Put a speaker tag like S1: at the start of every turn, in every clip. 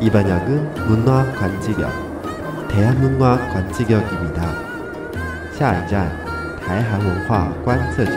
S1: 이 반역은 문화학 관지력, 대한문화학 관지력입니다.下一站, 대한문화 관측장.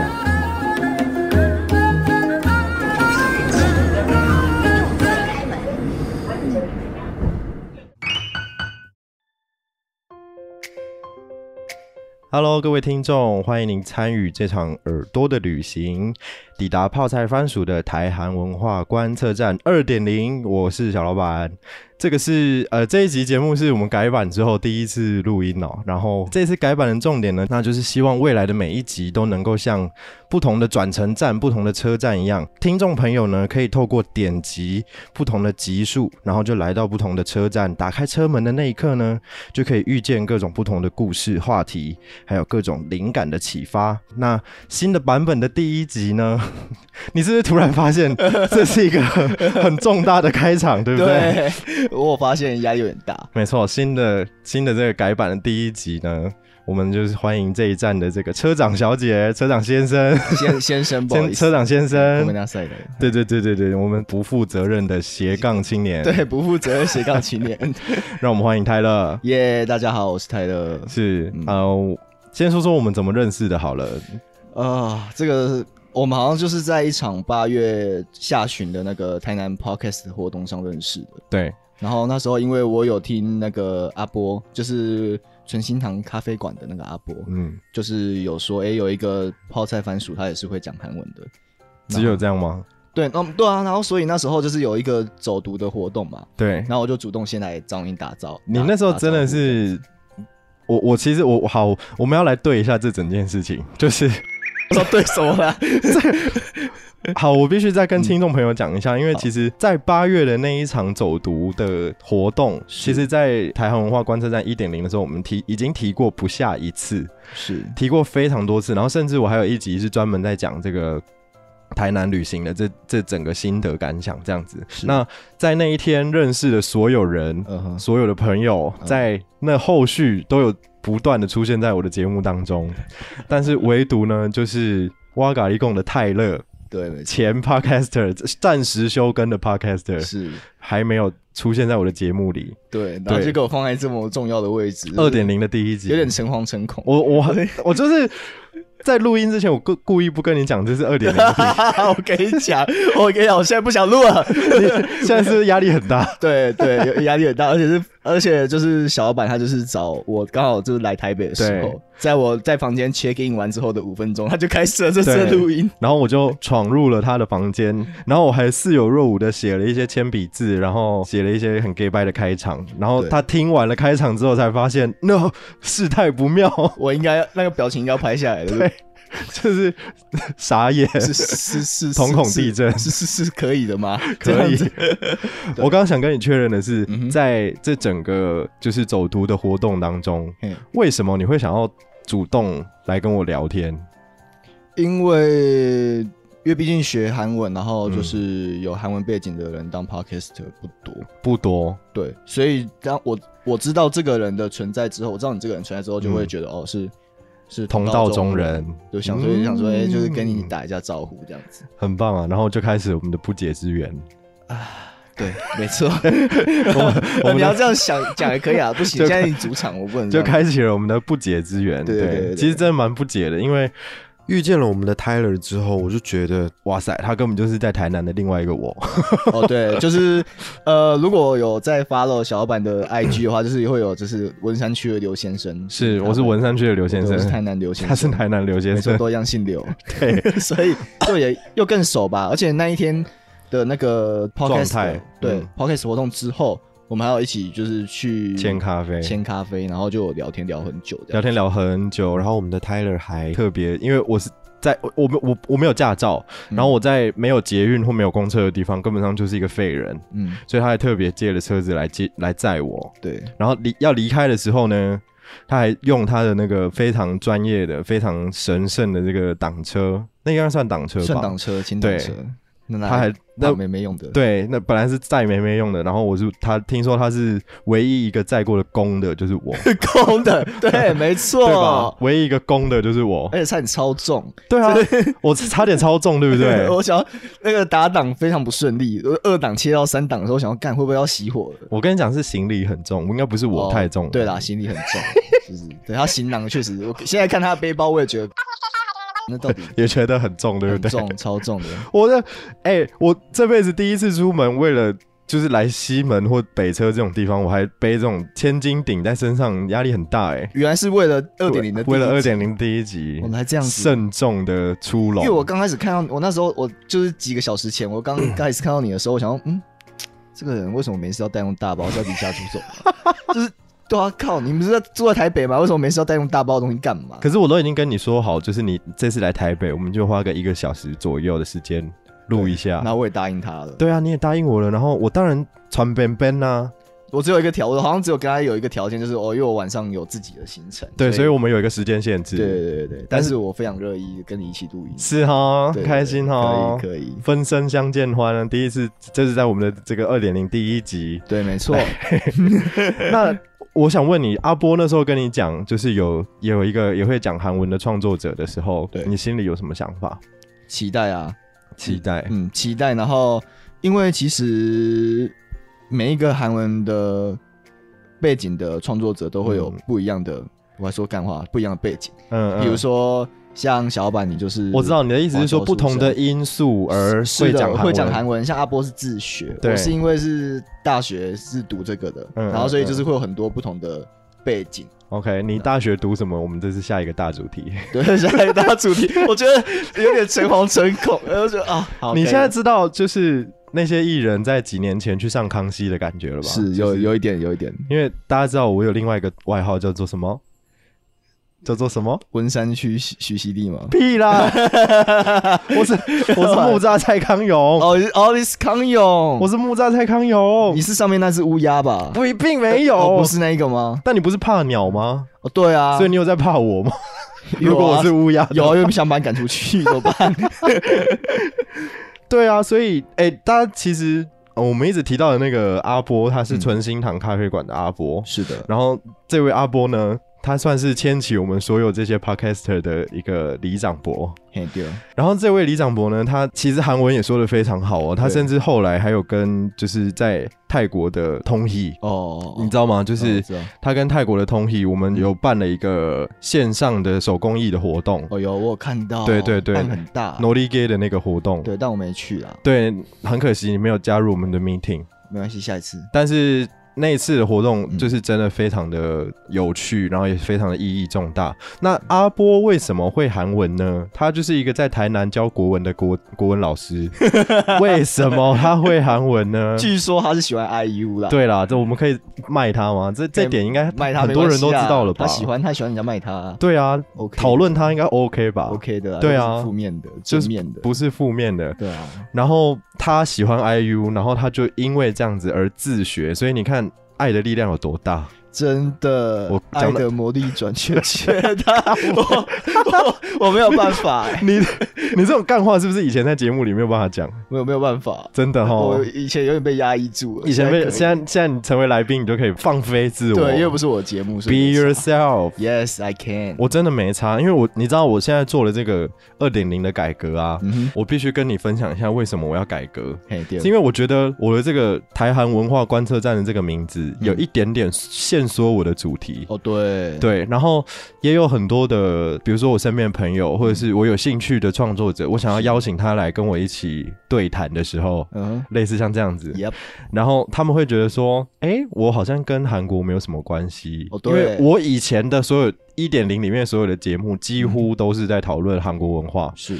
S1: Hello，各位听众，欢迎您参与这场耳朵的旅行。抵达泡菜番薯的台韩文化观测站二点零，我是小老板。这个是呃这一集节目是我们改版之后第一次录音哦。然后这次改版的重点呢，那就是希望未来的每一集都能够像不同的转乘站、不同的车站一样，听众朋友呢可以透过点击不同的集数，然后就来到不同的车站，打开车门的那一刻呢，就可以遇见各种不同的故事、话题，还有各种灵感的启发。那新的版本的第一集呢， 你是不是突然发现这是一个很很重大的开场，对不
S2: 对，我发现压力有点大。
S1: 没错，新的新的这个改版的第一集呢，我们就是欢迎这一站的这个车长小姐、车长先生、
S2: 先先生， 不好
S1: 先
S2: 意思，
S1: 车长先
S2: 我们
S1: 生。
S2: 那赛的，
S1: 对对对对对，我们不负责任的斜杠青年，
S2: 对，不负责任斜杠青年。
S1: 让我们欢迎泰勒。
S2: 耶，大家好，我是泰勒。
S1: 是
S2: 嗯
S1: 呃，先说说我们怎么认识的好了。
S2: 啊，这个我们好像就是在一场八月下旬的那个台南 podcast 活动上认识的。
S1: 对，
S2: 然后那时候因为我有听那个阿波，就是纯心堂咖啡馆的那个阿波，
S1: 嗯，
S2: 就是有说，哎、有一个泡菜番薯，他也是会讲韩文的。
S1: 只有这样吗？
S2: 对，嗯，对啊，然后所以那时候就是有一个走读的活动嘛，
S1: 对，
S2: 然后我就主动先来找你打造。
S1: 你
S2: 打
S1: 那时候真的，是，我我其实我我好，我们要来对一下这整件事情，就是
S2: 打造 说对手 啦，
S1: 好，我必须再跟听众朋友讲一下，因为其实，在八月的那一场走读的活动，其实，在台湾文化观测站一点零的时候，我们提已经提过不下一次，
S2: 是
S1: 提过非常多次，然后甚至我还有一集是专门在讲这个。台南旅行的这这整个心得感想这样子，那在那一天认识的所有人，
S2: 嗯哼，
S1: 所有的朋友在那后续都有不断的出现在我的节目当中，但是唯独呢，就是哇嘎一贡的泰勒，
S2: 对，没错，
S1: 前 podcaster 暂时休更的 podcaster
S2: 是，
S1: 还没有出现在我的节目里，
S2: 对，然后
S1: 对
S2: 就给我放在这么重要的位置，
S1: 二点零的第一集，
S2: 有点诚惶诚恐。
S1: 我我 很我就是在录音之前，我故故意不跟你讲这是二点零，
S2: 我跟你讲，我跟你讲，我现在不想录了。
S1: 你现在是不是压力很大，
S2: 对对，有压力很大，而且是而且就是小老板他就是找我，刚好就是来台北的时
S1: 对
S2: 候，在我在房间 check in 完之后的五分钟，他就开始了这次的
S1: 对
S2: 录音。
S1: 然后我就闯入了他的房间，然后我还似有若无的写了一些铅笔字，然后写了一些很 gay bye 的开场，然后
S2: 对
S1: 他听完了开场之后才发现，no 事态不妙，
S2: 我应该那个表情应该要拍下来的，
S1: 就是傻眼，
S2: 是是是
S1: 瞳孔地震
S2: 是是是是可以的 吗？
S1: 可
S2: 这样
S1: 以
S2: 子。
S1: 我刚刚想跟你确认的是
S2: 嗯，哼
S1: 在这整个就是走读的活动当中
S2: 嗯，
S1: 为什么你会想要主动来跟我聊天？
S2: 因为因为毕竟学韩文，然
S1: 嗯
S2: 后就是有韩文背景的人当 podcaster 不多，
S1: 不多，
S2: 对，所以当我我知道这个人的存在之后，我知道你这个人存在之后，就会觉得、哦是是
S1: 嗯同道
S2: 道
S1: 中人，
S2: 就想说、想说，哎、
S1: 嗯
S2: 就是跟你打一下招呼这样子。
S1: 很棒啊！然后就开始我们的不解之缘。
S2: 对，没错。
S1: 我 们
S2: 你
S1: 的
S2: 要这样想讲也可以啊，不行，
S1: 就
S2: 现在你主场，我不能这
S1: 就
S2: 样
S1: 开启了我们的不解之缘。
S2: 嗯对对对对
S1: 其实真的蛮不解的，因为
S3: 遇见了我们的 Tyler 之后，我就觉得
S1: 哇塞，他根本就是在台南的另外一个 我。
S2: 哦，对，就是呃，如果有在 follow 小老板 的 IG 的话，就是会有就是文山区的刘先生，
S1: 是，
S2: 他
S1: 我是文山区的刘先
S2: 对我是台
S1: 生，
S2: 南刘先生，
S1: 他是台南刘先
S2: 没错，
S1: 生。
S2: 都一样姓 刘，对， 所以就也又更熟吧。而且那一天的那个 podcast
S1: 态
S2: 对、
S1: 嗯
S2: podcast 活动之后，我们还有一起就是去
S1: 千咖啡，
S2: 签咖啡，然后就有聊天聊很久这
S1: 聊
S2: 样。
S1: 天聊很久，然后
S3: 然后我们的 Tyler 还
S1: 特别，因为我是在我我我我没有驾照，然后我在没有捷运或没有公车的地方，根本上就是一个废人，
S2: 嗯，
S1: 所以他还特别借了车子来接来载我。
S2: 对，
S1: 然后离要离开的时候呢，他还用他的那个非常专业的、非常神圣的这个挡车，那应该算挡车吧？
S2: 顺挡车、轻挡
S1: 对
S2: 车，那
S1: 他还那
S2: 没没用的，，
S1: 对，那本来是载梅梅用的，然后我是他听说他是唯一一个载过的公的，就是我，
S2: 空的，对，没
S1: 对吧
S2: 错？，
S1: 唯一一个公的就是我，
S2: 而且差点超重，？
S1: 对啊， 我差点超重，对不 对
S2: 我想要那个打档非常不顺利，我二档切到三档的时候，想要干会不会要熄火了？
S1: 我跟你讲是行李很重，应该不是我
S2: 哦
S1: 太重、
S2: 对啦，，行李很重， 就是对他行囊确实，我现在看他的背包，我也觉得 那到底
S1: 也觉得很 重，对不
S2: 很
S1: 对？
S2: 重，超重的。
S1: 我的，哎、我这辈子第一次出门，为了就是来西门或北车这种地方，我还背这种千斤顶在身上，压力很大哎、
S2: 原来是为了二点零的，
S1: 为了二，点零第一集，
S2: 我们还这样子。
S1: 慎重的出
S2: 因
S1: 笼
S2: 为。我刚开始看到我那时候，我就是几个小时前，我刚
S1: 嗯
S2: 开始看到你的时候，我想说，嗯，这个人为什么没事要带用大包，是要离家出走 吗？就是对啊，靠，你们是在住在台北吗？为什么没事要带用大包的东西干嘛？
S1: 可是我都已经跟你说好，就是你这次来台北，我们就花个一个小时左右的时间录一下
S2: 然。后我也答应他了。
S1: 对啊，你也答应我了，然后我当然传本本啦。
S2: 我只有一个条，我好像只有跟他有一个条件，就是哦，因为我晚上有自己的行程。
S1: 对，所以
S2: 以
S1: 我们有一个时间限
S2: 对对
S1: 制。
S2: 对对对，但是我非常乐意跟你一起录音，
S1: 是哈，
S2: 对对对
S1: 开心哦哈，
S2: 可以可以，
S1: 分身相见欢啊！第一次，这是在我们的这个二点零第 一集。
S2: 对，没错。
S1: 哎那我想问你，阿波那时候跟你讲，就是有有一个也会讲韩文的创作者的时候
S2: 对，
S1: 你心里有什么想法？
S2: 期待啊，
S1: 期待，
S2: 嗯，期待。然后，因为其实每一个韩文的背景的创作者都会有
S1: 嗯
S2: 不一样的，我还说干话，不一样的背景。
S1: 嗯
S2: 比如，说像小板，你就是
S1: 我知道你的意思是说，不同的因素而
S2: 是
S1: 会
S2: 的
S1: 讲
S2: 会讲韩
S1: 文，
S2: 文，像阿波是自学，
S1: 对
S2: 我是因为是大学是读这个的，
S1: 嗯
S2: 然后所以
S1: 嗯
S2: 就是会有很多不同的背景。
S1: OK，你大学读什么？我们这是下一个大主题。
S2: 对， 下一个大主题，我觉得有点诚惶诚恐，然后就啊，好，
S1: 你
S2: 可以
S1: 现在
S2: 了
S1: 知道就是那些艺人在几年前去上康熙的感觉了吧？
S2: 是有有一点有一点
S1: 因为大家知道我有另外一个外号叫做什么？叫做什么？
S2: 文山区徐徐熙娣嘛。
S1: 屁啦！ 我是我是木栅蔡康永，
S2: 哦哦，你是康永，
S1: 我是木栅蔡康永
S2: 你。是上面那只乌鸦吧？
S1: 不，并没
S2: 哦
S1: 有，
S2: 不。是那一个吗？
S1: 但你不是怕鸟吗？
S2: 哦，对啊，
S1: 所以你有在怕我吗？
S2: 有啊
S1: 如果我是乌鸦的话，
S2: 有啊，又想把你赶出去，怎么 办？
S1: 对啊，所以哎、大家其实、呃我们一直提到的那个阿波，他
S2: 嗯
S1: 是纯心堂咖啡馆的阿波。
S2: 是的，
S1: 然后这位阿波呢，他算是牵起我们所有这些 podcaster 的一个里长伯。
S2: 嘿对，啊
S1: 然后这位里长伯呢，他其实韩文也说的非常好哦，他
S2: 对
S1: 甚至后来还有跟就是在泰国的通译，
S2: 哦，
S1: 你知道吗？就
S2: 就是
S1: 他跟泰国的通译，我们有办了一个线上的手工艺的活动，
S2: 哦，有我有看到，
S1: 对对对
S2: 办很大，
S1: n o l i g a y 的那个活动。
S2: 对，但我没去啊，
S1: 对，很可惜你没有加入我们的 meeting，
S2: 没关系，下一次
S1: 但是那一次的活动
S2: 嗯
S1: 就是真的非常的有趣，然后也非常的意义重大。那阿波为什么会韩文呢？他就是一个在台南教国文的国国文老师，为什么他会韩文 呢？
S2: 据说他是喜欢 IU 啦，，
S1: 对啦，这我们可以卖他吗？这这点应该
S2: 卖他
S1: 很
S2: 没
S1: 多
S2: 关
S1: 人都
S2: 系
S1: 知
S2: 啊
S1: 道了吧？
S2: 他喜欢，他喜欢人家卖他
S1: 对啊，
S2: ，OK，
S1: 讨论他应该 OK 吧
S2: OK 的，
S1: 对啊
S2: 又不是负面的，
S1: 就
S2: 正
S1: 是
S2: 面的，
S1: 不是负面的。
S2: 对啊，
S1: 然后他喜欢 IU，然后他就因为这样子而自学，所以你看爱的力量有多大。
S2: 真的，
S1: 我
S2: 爱
S1: 讲
S2: 的魔力转圈圈， 他我我我没有办法、欸，
S1: 你 你这种干话是不是以前在节目里没有办法讲？
S2: 我有没有办法？
S1: 真的哈
S2: 我，以前有点被压抑住了，
S1: 哦以前被
S2: 可以
S1: 现在现在你成为来宾，你就可以放飞自我，
S2: 对，因为不是我的节目，所
S1: be
S2: 以没差
S1: yourself。
S2: Yes, I can。
S1: 我真的没差，因为我你知道我现在做了这个二点零的改革啊，
S2: 嗯哼，
S1: 我必须跟你分享一下为什么我要改革。
S2: 嘿，
S1: 是
S2: 对，
S1: 因为我觉得我的这个台韩文化观测站的这个名字有一点点限缩我的主题，
S2: 嗯哦，对，，
S1: 对，然后也有很多的，比如说我身边的朋友，或者是我有兴趣的创作者，我想要邀请他来跟我一起对谈的时候，
S2: 嗯
S1: 类似像这样子，
S2: ，Yep，
S1: 然后他们会觉得说，哎，我好像跟韩国没有什么关系，
S2: 哦
S1: 因
S2: 对
S1: 为我以前的所有一点零里面所有的节目几乎都是在讨论韩国文化，
S2: 是，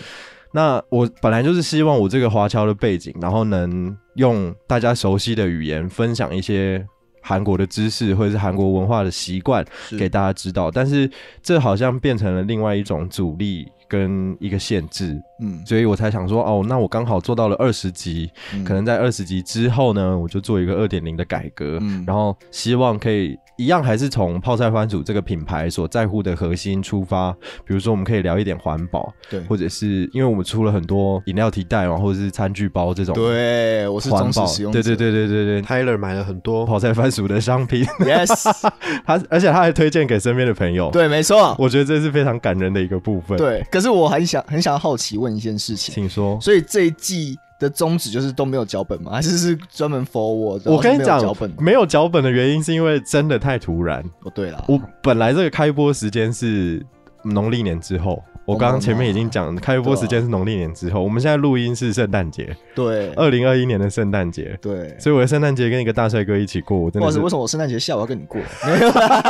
S1: 那我本来就是希望我这个华侨的背景，然后能用大家熟悉的语言分享一些韩国的知识或者是韩国文化的习惯
S2: 是
S1: 给大家知道，但是这好像变成了另外一种阻力跟一个限制，
S2: 嗯，
S1: 所以我才想说，哦，那我刚好做到了二十集，
S2: 嗯
S1: 可能在二十集之后呢，我就做一个二点零的改革，
S2: 嗯
S1: 然后希望可以一样还是从泡菜番薯这个品牌所在乎的核心出发，比如说我们可以聊一点环保，
S2: 对
S1: 或者是因为我们出了很多饮料提袋嘛，或者是餐具包这种
S2: 对，我是
S1: 环
S2: 忠
S1: 保
S2: 实使，用者。
S1: 对对对对对对，
S3: Tyler 买了很多，
S1: 泡菜番薯的商品，
S2: ，yes，
S1: 他而且他还推荐给身边的朋友，，
S2: 对，没错，
S1: 我觉得这是非常感人的一个部分。，
S2: 对。可是我很想很想好奇问一件事情，
S1: 请说。
S2: 所以这一季的宗旨就是都没有脚本吗？还是是专门 for 我？然后
S1: 我跟你
S2: 是没有
S1: 讲
S2: 脚本，的。
S1: 没有脚本的原因是因为真的太突然。
S2: 哦，对了，
S1: 我本来这个开播时间是农历年之后，我刚刚前面已经讲，开播时间是农历年之后，我们现在录音是圣诞节，
S2: 对
S1: 二零二一年的圣诞节，
S2: 对。
S1: 所以我的圣诞节跟一个大帅哥一起过，我真
S2: 或
S1: 的
S2: 者
S1: 是
S2: 是为什么我圣诞节下午要跟你过？ 没有，？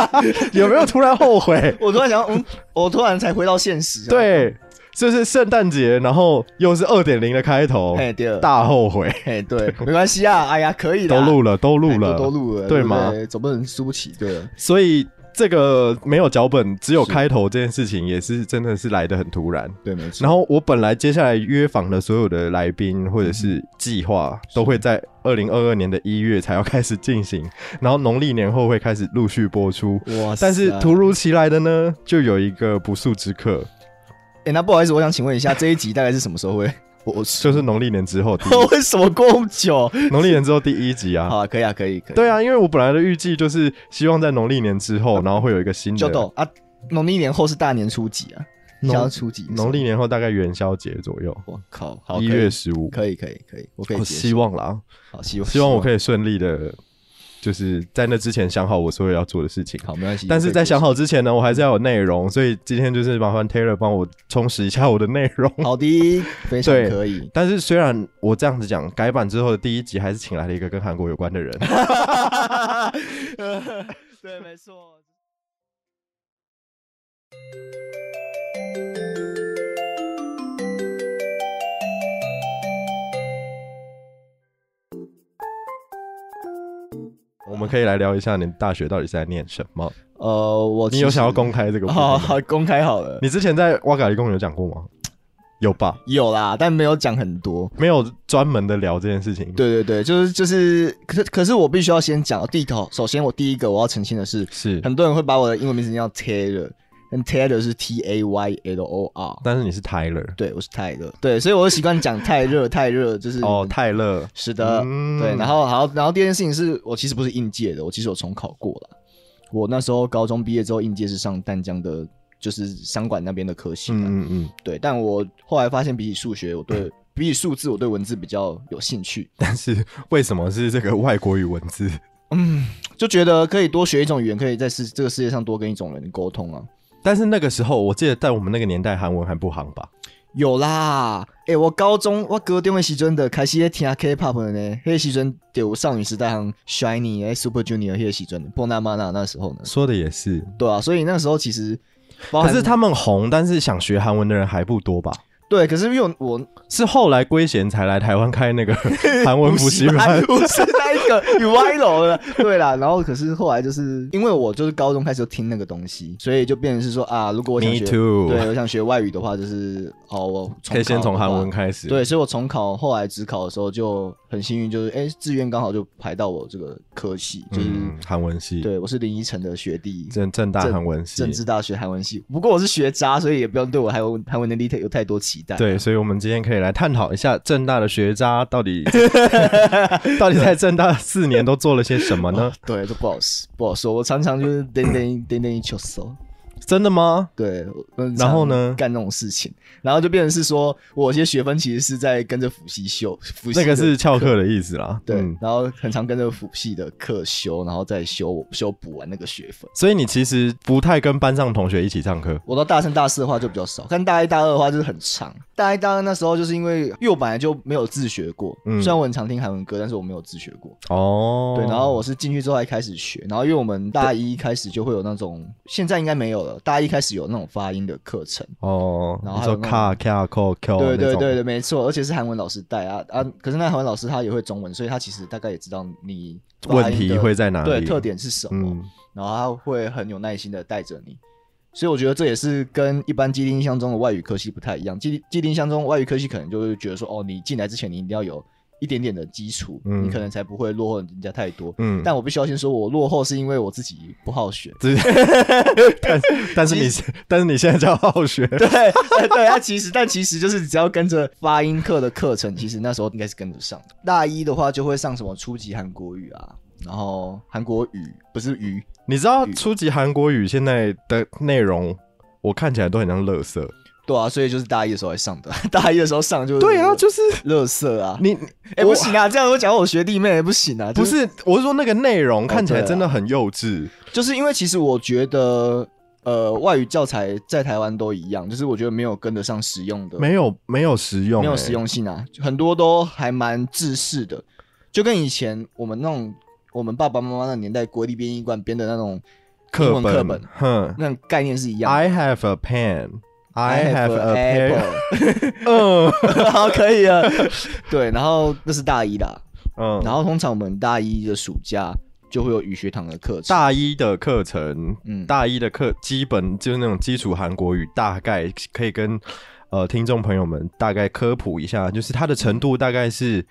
S1: 有没有突然后悔
S2: 我突然想，嗯，我突然才回到现实。，啊
S1: 对，就是圣诞节，然后又是二点零的开头，
S2: 嘿，第二，
S1: 大后悔，
S2: 嘿，对，没关系啊，哎呀，可以的，
S1: 都录了，都录
S2: 哎
S1: 了，
S2: 都都录了，
S1: 对
S2: 不
S1: 吗？
S2: 总不能输不起，对，
S1: 所以这个没有脚本，只有开头这件事情，也是真的是来的很突然。
S2: 对，没错。
S1: 然后我本来接下来约访的所有的来宾或者是计划，都会在二零二二年的一月才要开始进行， 然后农历年后会开始陆续播出。
S2: 哇塞
S1: 但是突如其来的呢，就有一个不速之客，
S2: 哎、那不好意思，我想请问一下，这一集大概是什么时候会？ 我我
S1: 就是农历年之后 第
S2: 为什么过那么久？
S1: 一农历年之后第一集啊。
S2: 好啊，可以啊，可以，可以。
S1: 对啊，因为我本来的预计就是希望在农历年之后，然后会有一个新
S2: 就
S1: 的
S2: 懂啊。农历年后是大年初几啊？
S1: 农
S2: 想要初几？
S1: 农历，年后大概元宵节左右，
S2: 我靠，好
S1: 一月，十五。
S2: 可以可以可以可以，我可以
S1: 我
S2: 接
S1: 希
S2: 受。
S1: 望啦，
S2: 好，希望
S1: 希望我可以顺利的，就是在那之前想好我所有要做的事情。
S2: 好，没关系。
S1: 但是在想
S2: 好
S1: 好之前呢，我还是要有内容，所以今天就是麻烦 Taylor 帮我充实一下我的内容。
S2: 好的，非常
S1: 对
S2: 可 以。
S1: 但是虽然我这样子讲，改版之后的第一集还是请来了一个跟韩国有关 的人。
S2: 对，没错。
S1: 我们可以来聊一下你大学到底是在念什么？
S2: 呃，我
S1: 你有想要
S2: 公
S1: 公开 这个部分
S2: 好
S1: 吗？
S2: 好公开好了，
S1: 你之前在瓦卡利公有讲过吗？有吧？
S2: 有啦，但没有讲很多。
S1: 没有专门的聊这件事情。，
S2: 对对对，就是就是，可是可是我必须要先讲第一头。首先，我第一个我要澄清的是，
S1: 是，
S2: 很多人会把我的英文名字叫 Taylor，但 Taylor 是 T A Y L O R。
S1: 但是你是泰勒
S2: 对，我是泰勒，对，所以我就习惯讲泰勒，泰勒就是
S1: 哦，，泰勒。
S2: 是的，
S1: 嗯
S2: 对。然后，好，然后第二件事情是我其实不是应届的，我其实有重考过了。我那时候高中毕业之后应届是上淡江的，就是商管那边的科系啦，
S1: 嗯嗯嗯，
S2: 对。但我后来发现，比起数学，我对比起数字，我对文字比较有兴趣。
S1: 但是为什么是这个外国语文字？
S2: 嗯，就觉得可以多学一种语言，可以在世这个世界上多跟一种人沟通啊。
S1: 但是那个时候，我记得在我们那个年代，韩文还不行吧？
S2: 有啦，诶、我高中我高中的时阵的开始在听 K-pop 的呢，迄个时阵有少女时代行 Shiny、诶 Super Junior 迄个时阵，Bona Mana 那时候呢，
S1: 说的也是。
S2: 对啊，所以那时候其实，包
S1: 可
S2: 含
S1: 是他们红，但是想学韩文的人还不多吧？
S2: 对，可是因为我我。
S1: 是后来圭贤才来台湾开那个韩文补习班
S2: 不是那一个语歪楼了，对啦，然后可是后来就是因为我就是高中开始就听那个东西，所以就变成是说啊，如果我想
S1: Me
S2: 学，
S1: too。
S2: 对，我想学外语的话，就是哦，我
S1: 可以先从韩文
S2: 开。
S1: 开始。
S2: 哦对，所以我重考后来只考的时候就很幸运，就是哎、诶志愿刚好就排到我这个科系，就是、
S1: 嗯，韩文系。，
S2: 对我是林依晨的学弟，
S1: 正正大韩文系。
S2: 政治大学韩文系。不过我是学渣，所以也不用对我韩文韩文能力太有太多期待。啊
S1: 对，所以，我们今天可以来探讨一下正大的学渣 到底 到底在正大四年都做了些什么呢？
S2: 对，这不好说，不好说。我常常就是 点点点点一球手，
S1: 真的吗？
S2: 对，我
S1: 然后呢
S2: 常干那种事情，然后就变成是说我有些学分其实是在跟着辅系修，辅系
S1: 那个
S2: 的
S1: 是翘课的意思啦。
S2: 对，
S1: 嗯
S2: 然后很常跟着辅系的课修，然后再修修补完那个学分。
S1: 所以你其实不太跟班上同学一起上课。
S2: 我到大三大四的话就比较少，但大一大二的话就是很长。大一大二那时候就是因为，因为我本来就没有自学过，
S1: 嗯
S2: 虽然我很常听韩文歌，但是我没有自学过。
S1: 哦，
S2: 对，然后我是进去之后才开始学，然后因为我们大一开始就会有那种，现在应该没有了，大一开始有那种发音的课程。
S1: 哦，
S2: 然
S1: 你
S2: 后还有
S1: 说
S2: 那种
S1: 卡卡扣扣，
S2: 对对对
S1: 对，
S2: 对，没错，而且是韩文老师带啊啊！可是那韩文老师他也会中文，所以他其实大概也知道你发音
S1: 问题
S2: 的
S1: 会在哪里？
S2: 对特，点是什么。
S1: 嗯，
S2: 然后他会很有耐心的带着你。所以我觉得这也是跟一般既定印象中的外语科系不太一样。既既定印象中外语科系可能就会觉得说，哦，你进来之前你一定要有一点点的基础，
S1: 嗯
S2: 你可能才不会落后人家太多。
S1: 嗯，
S2: 但我必须要先说，我落后是因为我自己不好学。
S1: 只但但是你 是但是你现在叫好学，
S2: 对 对对，他其实但其实就是只要跟着发音课的课程，其实那时候应该是跟得上的。大一的话就会上什么初级韩国语啊，然后韩国语不是语，
S1: 你知道初级韩国语现在的内容，我看起来都很像垃圾。
S2: 对啊，所以就是大一的时候还上的， 大一的时候上就是
S1: 对啊，就是
S2: 乐色啊，
S1: 你
S2: 哎、不行啊，这样我讲我学弟妹也不行啊，就
S1: 不，
S2: 是
S1: 我是说那个内容看起来
S2: 对啊
S1: 真的很幼稚。
S2: 就是因为其实我觉得，呃，外语教材在台湾都一样，就是我觉得没有跟得上实用的，
S1: 没有没有实用、
S2: 没有
S1: 欸
S2: 实。用性啊，很多都还蛮制式的，就跟以前我们那种我们爸爸妈妈那年代国立编译馆编的那种英
S1: 课
S2: 文课本
S1: 哼
S2: 那种概念是一样的。
S1: ，I have a pen, I have a pen，
S2: apple， 哦
S1: 嗯
S2: 好，可以了。对，然后那是大一啦，
S1: 嗯，
S2: 然后通常我们大一的暑假就会有语学堂的课程，
S1: 大一的课程，
S2: 嗯
S1: 大一的课基本就是那种基础韩国语，大概可以跟呃听众朋友们大概科普一下，就是它的程度大概是。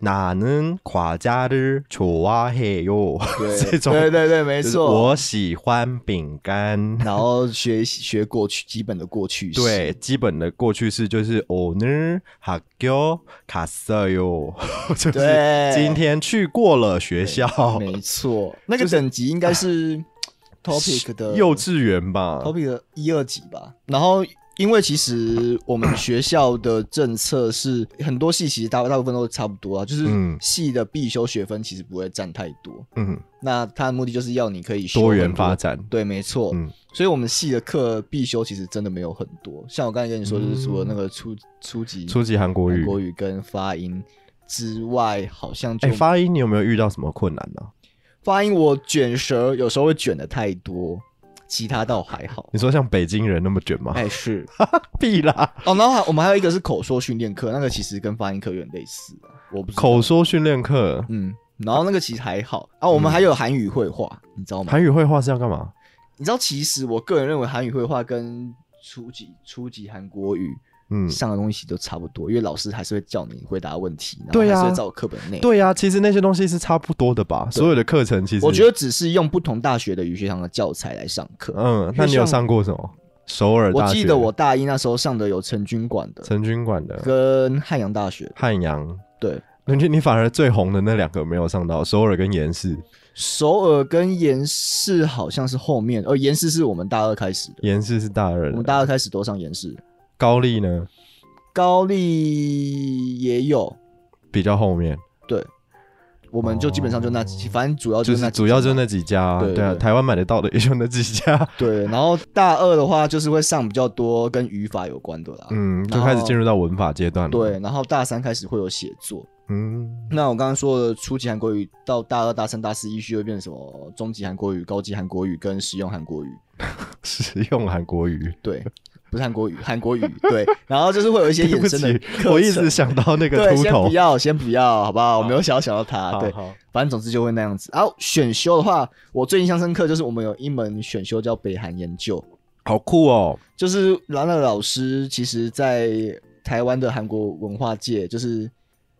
S1: 哪能夸家的丑啊嘿哟，
S2: 对
S1: 这种
S2: 对对对，没
S1: 就是
S2: 错。
S1: 我喜欢饼 干。
S2: 然后学学过去基本的过去式，
S1: 对，基本的过去式就是 owner 학교갔어요，就是
S2: 对，
S1: 今天去过了学校，
S2: 没错，那个等级应该是 topic 的
S1: 幼稚园吧？
S2: topic 的一二级吧。然后因为其实我们学校的政策是很多系其实大大部分都差不多啊，就是
S1: 嗯
S2: 系的必修学分其实不会占太多。
S1: 嗯，
S2: 那它的目的就是要你可以修
S1: 多
S2: 很
S1: 元
S2: 多
S1: 发展。
S2: 对，没错。
S1: 嗯
S2: 所以我们系的课必修其实真的没有很多，像我刚才跟你说，就是除了那个初、嗯初级
S1: 初级韩国
S2: 韩
S1: 语，
S2: 国语跟发音之外，好像就、
S1: 哎、发音你有没有遇到什么困难呢、啊
S2: 发音我卷舌有时候会卷的太多，其他倒还好。
S1: 你说像北京人那么 卷吗？
S2: 哎、是
S1: 必啦！
S2: 哦，然后还我们还有一个是口说训练课，那个其实跟发音课有点类似啊，我不知道
S1: 口说训练课，
S2: 嗯，然后那个其实还好啊。我们还有韩语绘画，你知道吗？
S1: 韩语绘画是要干嘛？
S2: 你知道，其实我个人认为韩语绘画跟初级初级韩国语
S1: 嗯，
S2: 上的东西都差不多，因为老师还是会叫你回答问题，然后
S1: 对啊
S2: 还是会照课本内。
S1: 对呀、啊其实那些东西是差不多的吧。所有的课程其实，
S2: 我觉，得只是用不同大学的语学堂的教材来上课。
S1: 嗯，那你有上过什么？首尔
S2: 我
S1: 大学，
S2: 记得我大一那时候上的有成均馆的
S1: 陈军馆的
S2: 跟汉阳大学，
S1: 汉阳，
S2: 对，
S1: 那你你反而最红的那两个没有上到，首尔跟延世，
S2: 首尔跟延世好像是后面，呃，延世是我们大二开始的，
S1: 延世是大二
S2: 我
S1: 的
S2: 们大二开始都上延世，
S1: 高丽呢
S2: 高丽也有，
S1: 比较后面，
S2: 对，我们就基本上就那几，反正主要
S1: 哦就
S2: 就是那
S1: 主要就是
S2: 那。
S1: 那几家啊，
S2: 对
S1: 对啊，
S2: 对
S1: 台湾买得到的也就那几家，
S2: 对，然后大二的话就是会上比较多跟语法有关的啦。
S1: 嗯，
S2: 然
S1: 就
S2: 后
S1: 开始进入到文法阶段了，
S2: 对，，然后大三开始会有写作。
S1: 嗯，
S2: 那我刚刚说的初级韩国语到大二、大三、大四依序会变成什么？中级韩国语、高级韩国语跟实用韩国语。
S1: 实用韩国语。
S2: 对，不是韩国语，韩国语。对，然后就是会有一些
S1: 对不
S2: 衍
S1: 起
S2: 生的，
S1: 我
S2: 课
S1: 一
S2: 程
S1: 直想到那个
S2: 对，
S1: 秃
S2: 先
S1: 头
S2: 不。要，先不要，好不好？我没有想要想到他，
S1: 好
S2: 对，
S1: 好
S2: 反正总之就会那样子。然后选修的话，我最印象深刻就是我们有一门选修叫北韩研究，
S1: 好酷哦！
S2: 就是兰乐老师，其实在台湾的韩国文化界，就是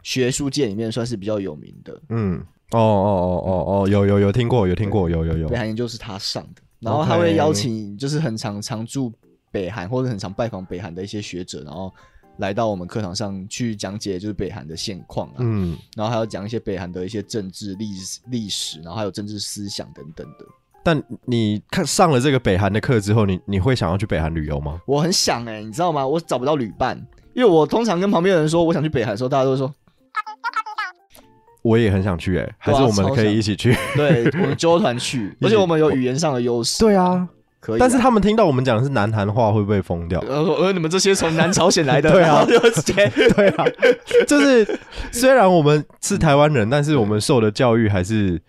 S2: 学术界里面算是比较有名的。
S1: 嗯，哦哦哦哦哦，有有有听过，有听过，有有有
S2: 北。韩研究是他上的，然后他会邀请就是很常常驻北韩或者很常拜访北韩的一些学者，然后来到我们课堂上去讲解就是北韩的现况啊，
S1: 嗯，
S2: 然后还有讲一些北韩的一些政治历史历史，然后还有政治思想等等的。
S1: 但你看上了这个北韩的课之后，你你会想要去北韩旅游吗？
S2: 我很想哎、你知道吗？我找不到旅伴，因为我通常跟旁边的人说我想去北韩的时候，大家都会说
S1: 我也很想去诶、还
S2: 对啊
S1: 是我们
S2: 超
S1: 可以
S2: 想
S1: 一起去？
S2: 对，我们纠团去，而且我们有语言上的优势。
S1: 对啊，
S2: 可以啊。
S1: 但是他们听到我们讲的是南韩话，会不会疯掉？
S2: 呃说呃，你们这些从南朝鲜来的，
S1: 对啊
S2: 然后就直接
S1: 对啊，就是虽然我们是台湾人，但是我们受的教育还是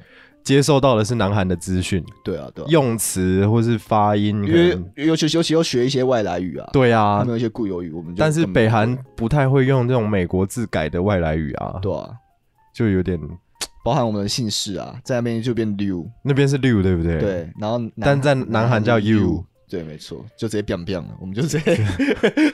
S1: 接受到的是南韩的资讯、
S2: 对啊，对啊，
S1: 用词或是发音。
S2: 因
S1: 可
S2: 为
S1: 能
S2: 尤其尤其要学一些外来语啊，
S1: 对
S2: 他
S1: 啊
S2: 们，有一些固有语，我们就
S1: 但是
S2: 根本
S1: 北韩不太会用这种美国字改的外来语啊，
S2: 对啊，
S1: 就有点
S2: 包含我们的姓氏啊，在那边就变 Liu，
S1: 那边是 Liu 对不对？，
S2: 对，然后南
S1: 但在南韩叫
S2: 是
S1: You，
S2: 对，没错，就直接 biang biang 了，我们就直 接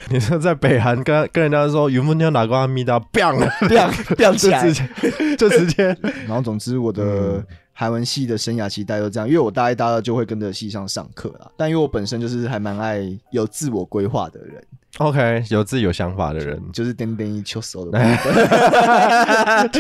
S1: 你说在北韩跟跟人家说云峰天哪瓜咪达 biang 了
S2: biang biang 起
S1: 就
S2: 来
S1: 直。接 嗯就直接
S2: 然后总之我的韩文系的生涯期待就这样，因为我大一、大二就会跟着系上上课啦。但因为我本身就是还蛮爱有自我规划的人，
S1: OK 有自己有想法的人，
S2: 就是颠颠一秋手的部分。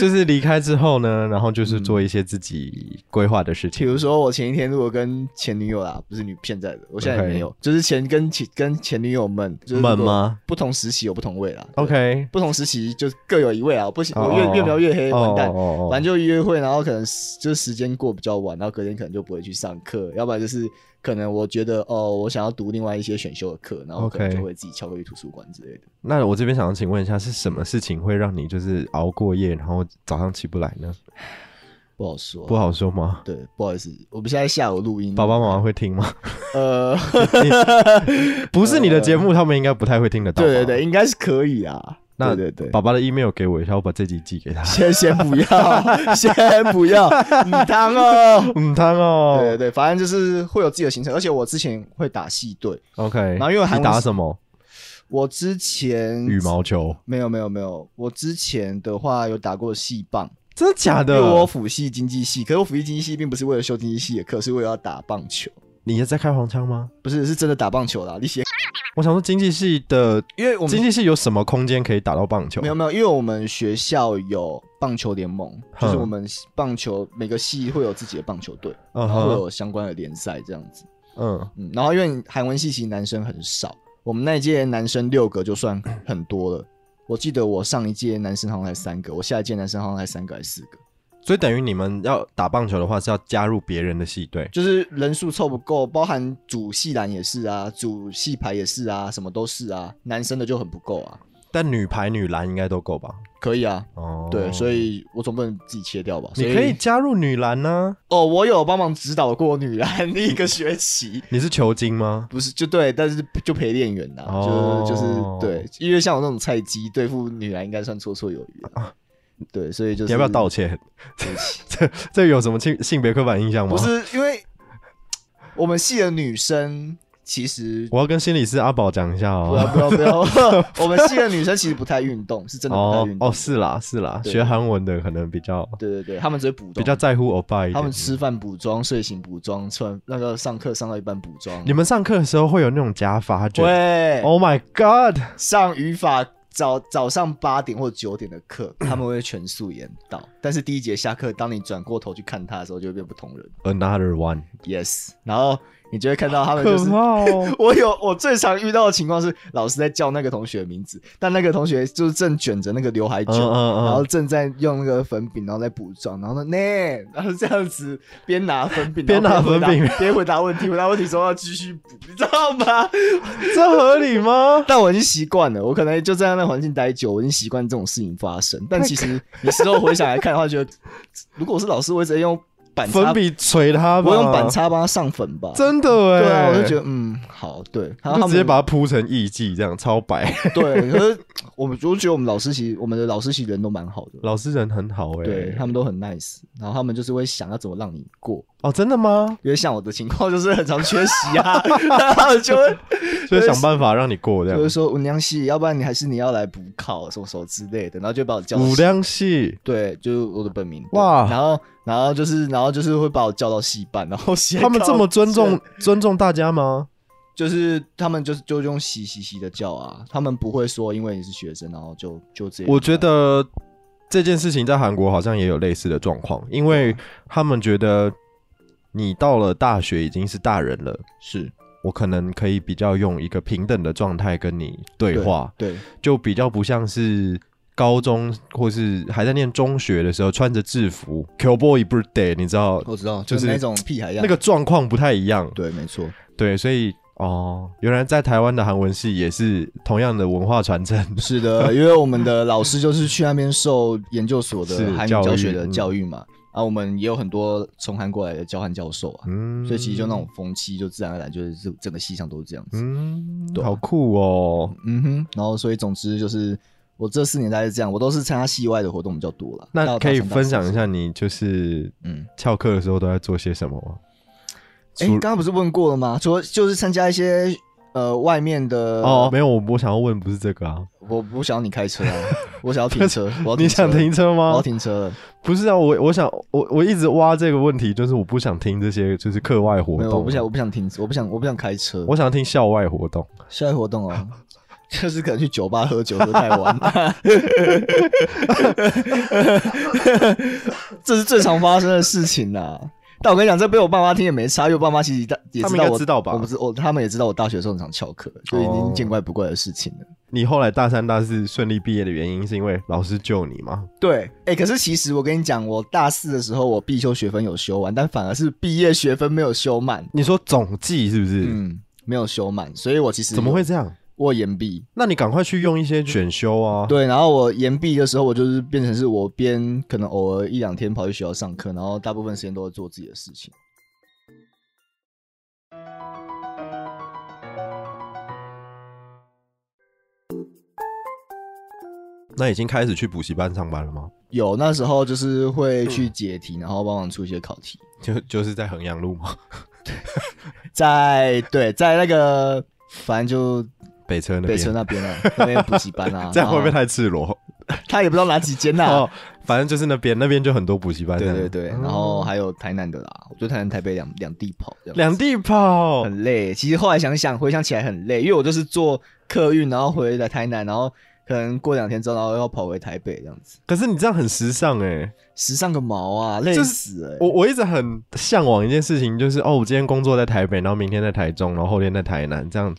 S1: 就是离开之后呢，然后就是做一些自己规划的事
S2: 嗯比
S1: 情。
S2: 如说我前一天如果跟前女友啦，不是女现在的，我现在也
S1: OK
S2: 没有就是前跟前跟前女友们，就是
S1: 们吗？
S2: 不同时期有不同位啦。
S1: OK，
S2: 不同时期就各有一位啊，我不行，
S1: 哦
S2: 我越越描越黑，完蛋。
S1: 哦
S2: 反正就约会，然后可能时就是时间过比较晚，然后隔天可能就不会去上课，要不然就是可能我觉得哦，我想要读另外一些选修的课，然后可能
S1: OK
S2: 就会自己翘课去图书馆之类的。
S1: 那我这边想要请问一下，是什么事情会让你就是熬过夜，然后早上起不来呢？
S2: 不好说，
S1: 不好说吗？
S2: 对，不好意思，我们现在下午录音，
S1: 爸爸妈妈会听吗？
S2: 呃，
S1: 不是你的节目，他们应该不太会听得到。
S2: 对对对，，应该是可以啊。
S1: 那
S2: 对对对，
S1: 爸爸的 email 给我一下，我把这集寄 给他。
S2: 先先不要，先不要， 你当哦。
S1: 嗯，他
S2: 对对
S1: 哦
S2: 对，反正就是会有自己的行程，而且我之前会打戏队，
S1: ，OK。
S2: 然后因为韩文嗯
S1: 你打什么
S2: 我之前
S1: 羽毛球？
S2: 没有没有没有，我之前的话有打过戏棒，
S1: 真的假
S2: 因为
S1: 的？
S2: 我有辅系经济系，可是我辅系经济系并不是为了修经济系的课，是为了要打棒球，
S1: 你也在开黄腔吗？
S2: 不是是真的打棒球啦。你 写，
S1: 我想说经济系的，
S2: 因为我
S1: 经
S2: 们
S1: 济系有什么空间可以打到棒 球？
S2: 没有没有，因为我们学校有棒球联盟，就是
S1: 哼
S2: 我们棒球每个系会有自己的棒球队，
S1: 嗯
S2: 然后会
S1: 哼，
S2: 有相关的联赛这样子。
S1: 嗯，
S2: 嗯，然后因为韩文系其实男生很少，我们那一届男生六个就算很多了。我记得我上一届男生好像才三个，我下一届男生好像才三个还是四个，
S1: 所以等于你们要打棒球的话，是要加入别人的系队。
S2: 就是人数凑不够，包含主系篮也是啊，主系排也是啊，什么都是啊，男生的就很不够啊。
S1: 但女排、女篮应该都够吧？
S2: 可以啊，
S1: 哦，
S2: 对，所以我总不能自己切掉吧？所
S1: 你可以加入女篮啊呢、
S2: 哦，我有帮忙指导过女篮一个学期，
S1: 你是球精吗？
S2: 不是就对，但是就陪练员呐、
S1: 哦
S2: 就是就是对，因为像我那种菜鸡，对付女篮应该算绰绰有余啊。对，所以就是
S1: 你要不要道歉？
S2: 对不起？
S1: 这有什么性性别刻板印象吗？
S2: 不，是因为我们系的女生其实
S1: 我要跟心理师阿宝讲一下
S2: 不要
S1: 哦。
S2: 不要不要， 我们系的女生其实不太运动，是真的不
S1: 哦
S2: 太运动。
S1: 哦，是啦是啦，
S2: 对
S1: 学韩文的可能比较
S2: 对对对，他们只会补妆，
S1: 比较在乎欧巴一点。
S2: 他们吃饭补妆，睡醒补妆，吃完那个上课上到一半补妆。
S1: 你们上课的时候会有那种假发卷
S2: 对，
S1: ？Oh my god！
S2: 上语法早早上八点或九点的课，他们会全速延到，但是第一节下课，当你转过头去看他的时候，就会变不同人。
S1: Another one，
S2: Yes，然后你就会看到他们
S1: 可
S2: 就是。
S1: 怕 哦！
S2: 我有我最常遇到的情况是，老师在叫那个同学的名字，但那个同学就是正卷着那个刘海卷，
S1: 嗯嗯嗯
S2: 然后正在用那个粉饼，然后在补妆，然后呢，然后这样子边拿粉饼，
S1: 边拿
S2: 然后回答
S1: 粉饼
S2: 边回答问题，回答问题之后要继续补，你知道吗？
S1: 这合理吗？
S2: 但我已经习惯了，我可能就在那环境待久，我已经习惯这种事情发生。但其实你事后回想来看的话，觉得如果我是老师，我会直接用 板擦
S1: 粉，笔锤他吧！
S2: 我用板，擦帮他上粉吧。
S1: 真的哎！
S2: 对啊，我就觉得嗯，好，对，然后
S1: 就
S2: 他
S1: 直接
S2: 们
S1: 把它铺成艺伎这样，超白。
S2: 对，可是我们我觉得我们老师其实我们的老师其实人都蛮好的，
S1: 老师人很好哎、
S2: 对他们都很 nice，然后他们就是会想要怎么让你过，
S1: 哦，真 的吗？
S2: 因为像我的情况就是很常缺席啊，然后就会
S1: 所以想办法让你过这
S2: 就会
S1: 样。
S2: 说文良系，要不然你还是你要来补考什么什么之类的，然后就把我叫
S1: 五
S2: 到
S1: 量系，
S2: 对，就是我的本名。
S1: 哇
S2: 对然后然后就是然后就是会把我叫到戏班，然后写
S1: 他们这么尊
S2: 稿
S1: 重
S2: 子，
S1: 尊重大家吗？
S2: 就是他们就是就用嘻嘻嘻的叫啊，他们不会说因为你是学生，然后就就这样。
S1: 我觉得这件事情在韩国好像也有类似的状况，因为
S2: 啊
S1: 他们觉得你到了大学已经是大人了，
S2: 是
S1: 我可能可以比较用一个平等的状态跟你对话，
S2: 对
S1: 就比较不像是。高中或是还在念中学的时候，穿着制服，Q boy 不是 day，你知道
S2: 我知道，
S1: 就是
S2: 就是那种屁孩样。
S1: 那个状况不太一样。
S2: 啊对，没错，
S1: 对，所以哦，原来在台湾的韩文系也是同样的文化传承。
S2: 是的，因为我们的老师就是去那边受研究所的
S1: 是
S2: 韩语
S1: 教
S2: 教
S1: 育
S2: 学的
S1: 嗯
S2: 教育嘛，啊，我们也有很多从韩国来的交换教授啊，
S1: 嗯
S2: 所以其实就那种风气就自然而然就是这整个系上都是这样子。
S1: 嗯
S2: 对，啊
S1: 好酷哦。
S2: 嗯哼，然后所以总之就是我这四年大概是这样，我都是参加系外的活动比较多了。
S1: 那可以分享一
S2: 下，
S1: 下你就是
S2: 嗯，
S1: 翘课的时候都在做些什么吗？
S2: 哎，
S1: 除
S2: 刚刚不是问过了吗？除了就是参加一些呃外面的
S1: 哦，，没有，我我想要问不是这个啊，
S2: 我不想要你开车啊，我想要停车，我要
S1: 你
S2: 车
S1: 想停车
S2: 我
S1: 吗
S2: 要？停车了，
S1: 不是啊，我我想我我一直挖这个问题，就是我不想听这些就是课外活
S2: 没
S1: 动
S2: 有，
S1: 啊，
S2: 我不想，我不想停，我不想，我不想开车。
S1: 我想要听校外活动。
S2: 校外活动 哦，就是可能去酒吧喝酒喝太晚， 这是最常发生的事情啦。但我跟你讲，这被我爸妈听也没差，因为我爸妈其实大也
S1: 他
S2: 知
S1: 们
S2: 道
S1: 应该
S2: 我
S1: 知道吧
S2: 我不知我他们也知道我大学的时候很常翘课，就已
S1: 哦
S2: 经见怪不怪的事情了。
S1: 你后来大三、大四顺利毕业的原因，是因为老师救你吗？
S2: 对，哎、可是其实我跟你讲，我大四的时候我必修学分有修完，但反而是毕业学分没有修满，
S1: 你说总计是不是？
S2: 嗯，没有修满，所以我其实
S1: 怎么会
S2: 有
S1: 这样？
S2: 我有延毕？
S1: 那你赶快去用一些选修啊！，
S2: 对，然后我延毕的时候，我就是变成是我边可能偶尔一两天跑去学校上课，然后大部分时间都在做自己的事情。
S1: 那已经开始去补习班上班了吗？
S2: 有那时候就是会
S1: 嗯
S2: 去解题，然后帮忙出一些考题，
S1: 就就是在衡阳路吗？
S2: 在对，在那个反正
S1: 北
S2: 就
S1: 车那
S2: 北
S1: 边，
S2: 车那边啊，那边补习班啊
S1: ，这样会不会
S2: 然后
S1: 太赤裸？
S2: 他也不知道哪几间呐、
S1: 哦，反正就是那边，那边就很多补习班。哦
S2: 对对，对，然后还有台南的啦，我就台南、台北两两地跑，这样
S1: 两地跑，
S2: 很累。其实后来想想，回想起来很累，因为我就是坐客运，然后回来台南，然后可能过两天之后，然后要跑回台北这样子，
S1: 可是你这样很时尚哎、
S2: 时尚个毛啊，累
S1: 就是
S2: 死了欸、
S1: 我我一直很向往一件事情，就是哦，我今天工作在台北，然后明天在台中，然后后天在台南，这样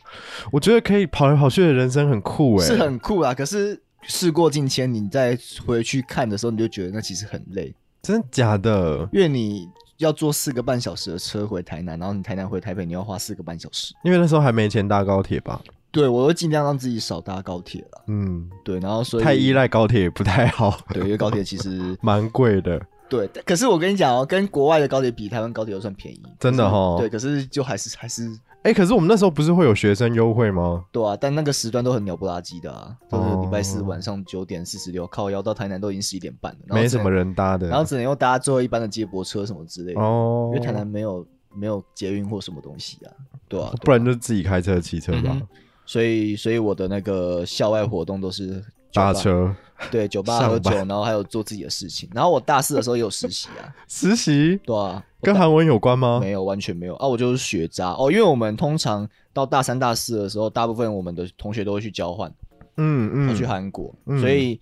S1: 我觉得可以跑来跑去的人生很酷哎、
S2: 是很酷啊啦，可是事过境迁，你再回去看的时候，你就觉得那其实很累，
S1: 真的假的？
S2: 因为你要坐四个半小时的车回台南，然后你台南回台北，你要花四个半小时。
S1: 因为那时候还没钱搭高铁吧？
S2: 对，我会尽量让自己少搭高铁啦。
S1: 嗯，
S2: 对，然后所以
S1: 太依。赖高铁也不太好，
S2: 对，因为高铁其实
S1: 蛮贵的。
S2: 对，但可是我跟你讲哦，跟国外的高铁比，台湾高铁又算便宜，
S1: 真的
S2: 可是
S1: 哦
S2: 对，可是就还是还是
S1: 哎、可是我们那时候不是会有学生优惠吗？
S2: 对啊，但那个时段都很鸟不拉几的啊，就是
S1: 哦
S2: 礼拜四晚上九点四十六，靠腰到台南都已经十一点半了，然后
S1: 没
S2: 只
S1: 什
S2: 能
S1: 么，人搭的。
S2: 然后只能用搭最后一班的接驳车什么之类的，
S1: 啊哦，
S2: 因为台南没有没有捷运或什么东西啊，对啊，对啊
S1: 哦不然就自己开车、骑车吧，
S2: 嗯所以所以我的那个校外活动都是酒吧
S1: 搭，车
S2: 对，酒吧
S1: 上
S2: 喝酒，
S1: 班
S2: 然后还有做自己的事情，然后我大四的时候也有实习 啊，
S1: 实习。
S2: 对啊，我
S1: 跟韩文有关吗？
S2: 没有，完全没有啊！我就是学渣哦，因为我们通常到大三、大四的时候，大部分我们的同学都会去交换，
S1: 嗯
S2: 跑
S1: 嗯，
S2: 去韩国，
S1: 嗯
S2: 所以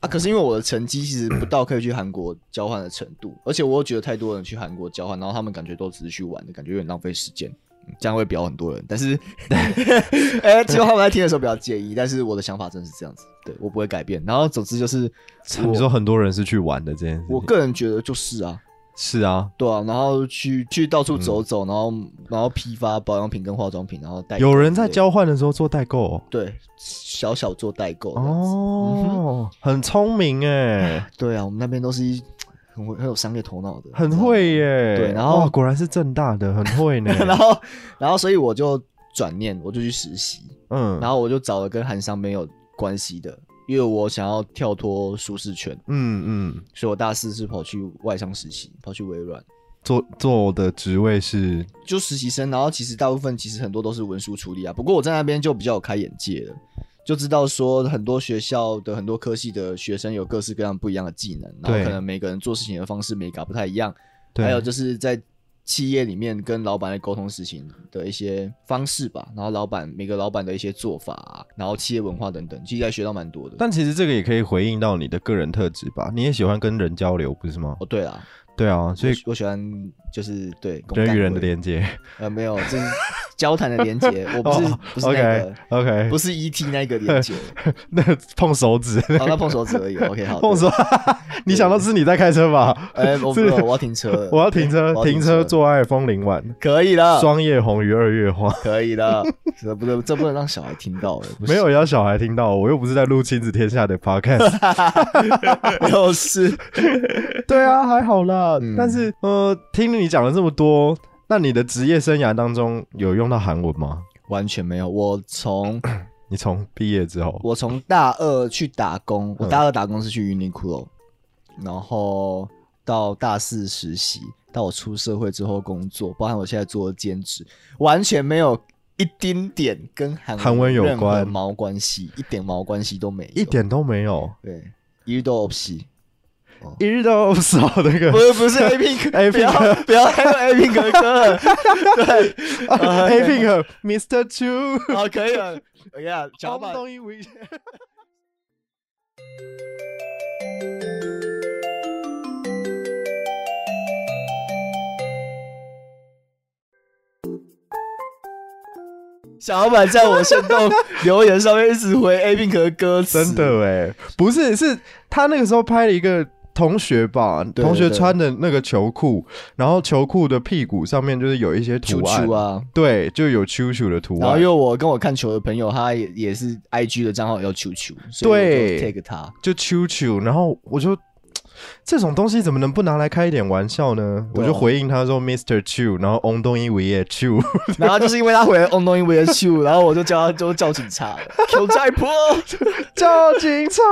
S2: 啊，可是因为我的成绩其实不到可以去韩国交换的程度，而且我又觉得太多人去韩国交换，然后他们感觉都只是去玩的，感觉有点浪费时间。嗯这样会表很多人，但是，哎、希望他们在听的时候不要介意。但是我的想法真的是这样子，对我不会改变。然后，总之
S1: 嗯
S2: 就是，
S1: 你说很多人是去玩的这件事情，
S2: 我个人觉得就是啊，
S1: 是啊，
S2: 对啊，然后去去到处
S1: 嗯
S2: 走走，然后然后批发保养品跟化妆品，然后代购
S1: 有人
S2: 之
S1: 在
S2: 类的
S1: 交换的时候做代购
S2: 对小小做代购这样子。嗯
S1: 哦，很聪 明哎，
S2: 对啊，我们那边都是一很会很有商业头脑的，
S1: 很会耶。
S2: 对然后
S1: 哇果然是正大的，很会呢
S2: 你。知道 吗。然后然后所以我就转念，我就去实习，
S1: 嗯，
S2: 然后我就找了跟韩商没有关系的，因为我想要跳脱舒适圈，
S1: 嗯嗯，
S2: 所以我大四是跑去外商实习，跑去微软。
S1: 做做的职位是
S2: 就实习生，然后其实大部分其实很多都是文书处理啊。不过我在那边就比较有开眼界了，就知道说很多学校的很多科系的学生有各式各样不一样的技能，然
S1: 对
S2: 后可能每个人做事情的方式美感不太一样，
S1: 对
S2: 还有就是在企业里面跟老板在沟通事情的一些方式吧，然后老板每个老板的一些做法啊、然后企业文化等等，其实还学到蛮多的。
S1: 但其实这个也可以回应到你的个人特质吧，你也喜欢跟人交流，不是吗
S2: 哦，？对啦，
S1: 对啊，所以
S2: 我我喜欢就是对公
S1: 人
S2: 干
S1: 与人
S2: 会
S1: 的连接。
S2: 呃没有，就是交谈的连 接，我不是、不是那个。
S1: 哦 OK OK，
S2: 不是哦 ET 那个连接，
S1: 那个碰手指，
S2: 好，那碰手指而已。OK，好，
S1: 碰
S2: 对
S1: 手，你想到是你在开车吧？
S2: 哎，我不
S1: 是
S2: 我要停 车了，
S1: 我要停
S2: 对
S1: 车，
S2: 我要
S1: 停车做爱风铃晚，
S2: 可以了，
S1: 双叶红于二月花。
S2: 可以 了，这不能这不能让小孩听到欸了，不是
S1: 没有要小孩听到，我又不是在录《亲子天下》的 podcast。
S2: 又是
S1: 对啊，还好啦。
S2: 嗯
S1: 但是呃，听你讲了这么多，那你的职业生涯当中有用到韩文吗？
S2: 完全没有。我从
S1: 你从毕业之后，
S2: 我从大二去打工，
S1: 嗯
S2: 我大二打工是去云林骷髅，然后到大四实习，到我出社会之后工作，包含我现在做的兼职，完全没有一丁点跟韩
S1: 韩文有
S2: 任何
S1: 关
S2: 毛关系，一点毛关系都没有，
S1: 一点都没有，
S2: 对，一日都 OP。
S1: 一日都少那
S2: 不
S1: 个。
S2: 是不是 A Pink
S1: A
S2: 不要不要再用 A Pink 的歌了， 对，啊
S1: A Pink 和 Mr. Chu，
S2: 好哦可以了。我跟你讲，讲
S1: 轰
S2: 吧，
S1: 动一无一
S2: 欸小老板在我线动留言上面一直回 A Pink 的歌词，
S1: 真的哎，不是，是他那个时候拍了一个同学吧，
S2: 对
S1: 同学
S2: 对
S1: 穿的那个球裤，然后球裤的屁股上面就是有一些
S2: 球
S1: 图案，
S2: 球啊。
S1: 对，就有啾啾的图
S2: 然后因为，
S1: 案
S2: 我跟我看球的朋友，他也也是 I G 的账号有球球，所以
S1: 对
S2: 我就 take 他。
S1: 就啾啾，然后我就。这种东西怎么能不拿来开一点玩笑呢？我
S2: 对啊
S1: 就回应他说 Mr. Chu，然后翁东一伟也 Chu，
S2: 然后就是因为他回了 On Knowing We Are Two，然后我就叫他就 叫警察了，Q 在 坡。
S1: 叫 警察。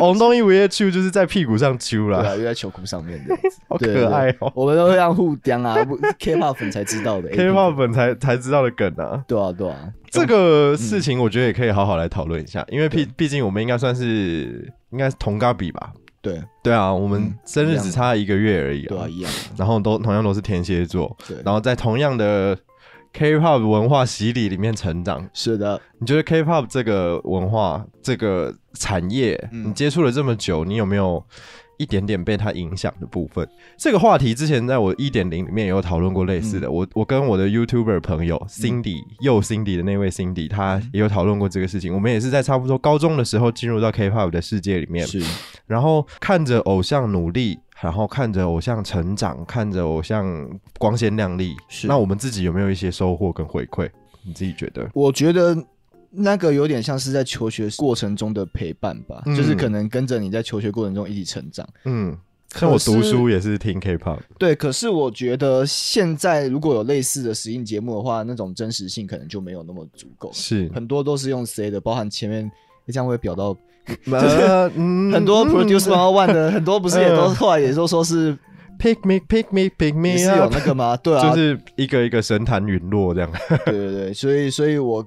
S1: 翁东一伟也 Chu 就是在屁股上啾
S2: 对
S1: 啦，
S2: 啊，又在球裤上面的样子，
S1: 好
S2: 对对啊
S1: 可爱哦、
S2: 我们都会让互刁啊不，K-pop 粉才知道的哎
S1: K-pop 粉才才知道的梗啊。
S2: 对啊对啊，
S1: 这个事情我觉得也可以好好来讨论一下，因为毕毕竟我们应该算是应该是同咖比吧？
S2: 对
S1: 对啊，我们
S2: 嗯
S1: 生
S2: 一
S1: 日
S2: 样
S1: 只
S2: 的
S1: 差一个月而已
S2: 对
S1: 啊
S2: 啊，一样
S1: 然后都同样都是天蝎座，
S2: 对。
S1: 然后在同样的 K-pop 文化洗礼里面成长。
S2: 是的，
S1: 你觉得 K-pop 这个文化这个产业，
S2: 嗯
S1: 你接触了这么久，你有没有一点点被它影响的部分？这个话题之前在我一点零里面也有讨论过类
S2: 嗯
S1: 似的。我我跟我的 YouTuber 朋友 Cindy 又 Cindy 的那位 Cindy，他
S2: 嗯
S1: 也有讨论过这个事情。我们也是在差不多高中的时候进入到 K-pop 的世界里面，
S2: 是
S1: 然后看着偶像努力，然后看着偶像成长，看着偶像光鲜亮丽。
S2: 是
S1: 那我们自己有没有一些收获跟回馈？你自己觉得？
S2: 我觉得那个有点像是在求学过程中的陪伴吧，
S1: 嗯
S2: 就是可能跟着你在求学过程中一起成长。
S1: 嗯。像我
S2: 可是
S1: 读书也是听 K-pop，
S2: 对，可是我觉得现在如果有类似的实境节目的话，那种真实性可能就没有那么足够，
S1: 是
S2: 很多都是用 C 的，包含前面。这样会表到
S1: 呃嗯
S2: 很多
S1: 嗯
S2: produce one one 的，很多不是也都
S1: 嗯
S2: 后来也都说是
S1: pick me pick me
S2: 也
S1: pick me
S2: 是有
S1: up，
S2: 那个吗？ 对啊，对
S1: 就是一个一个神坛陨落这样，
S2: 对对，所以所以我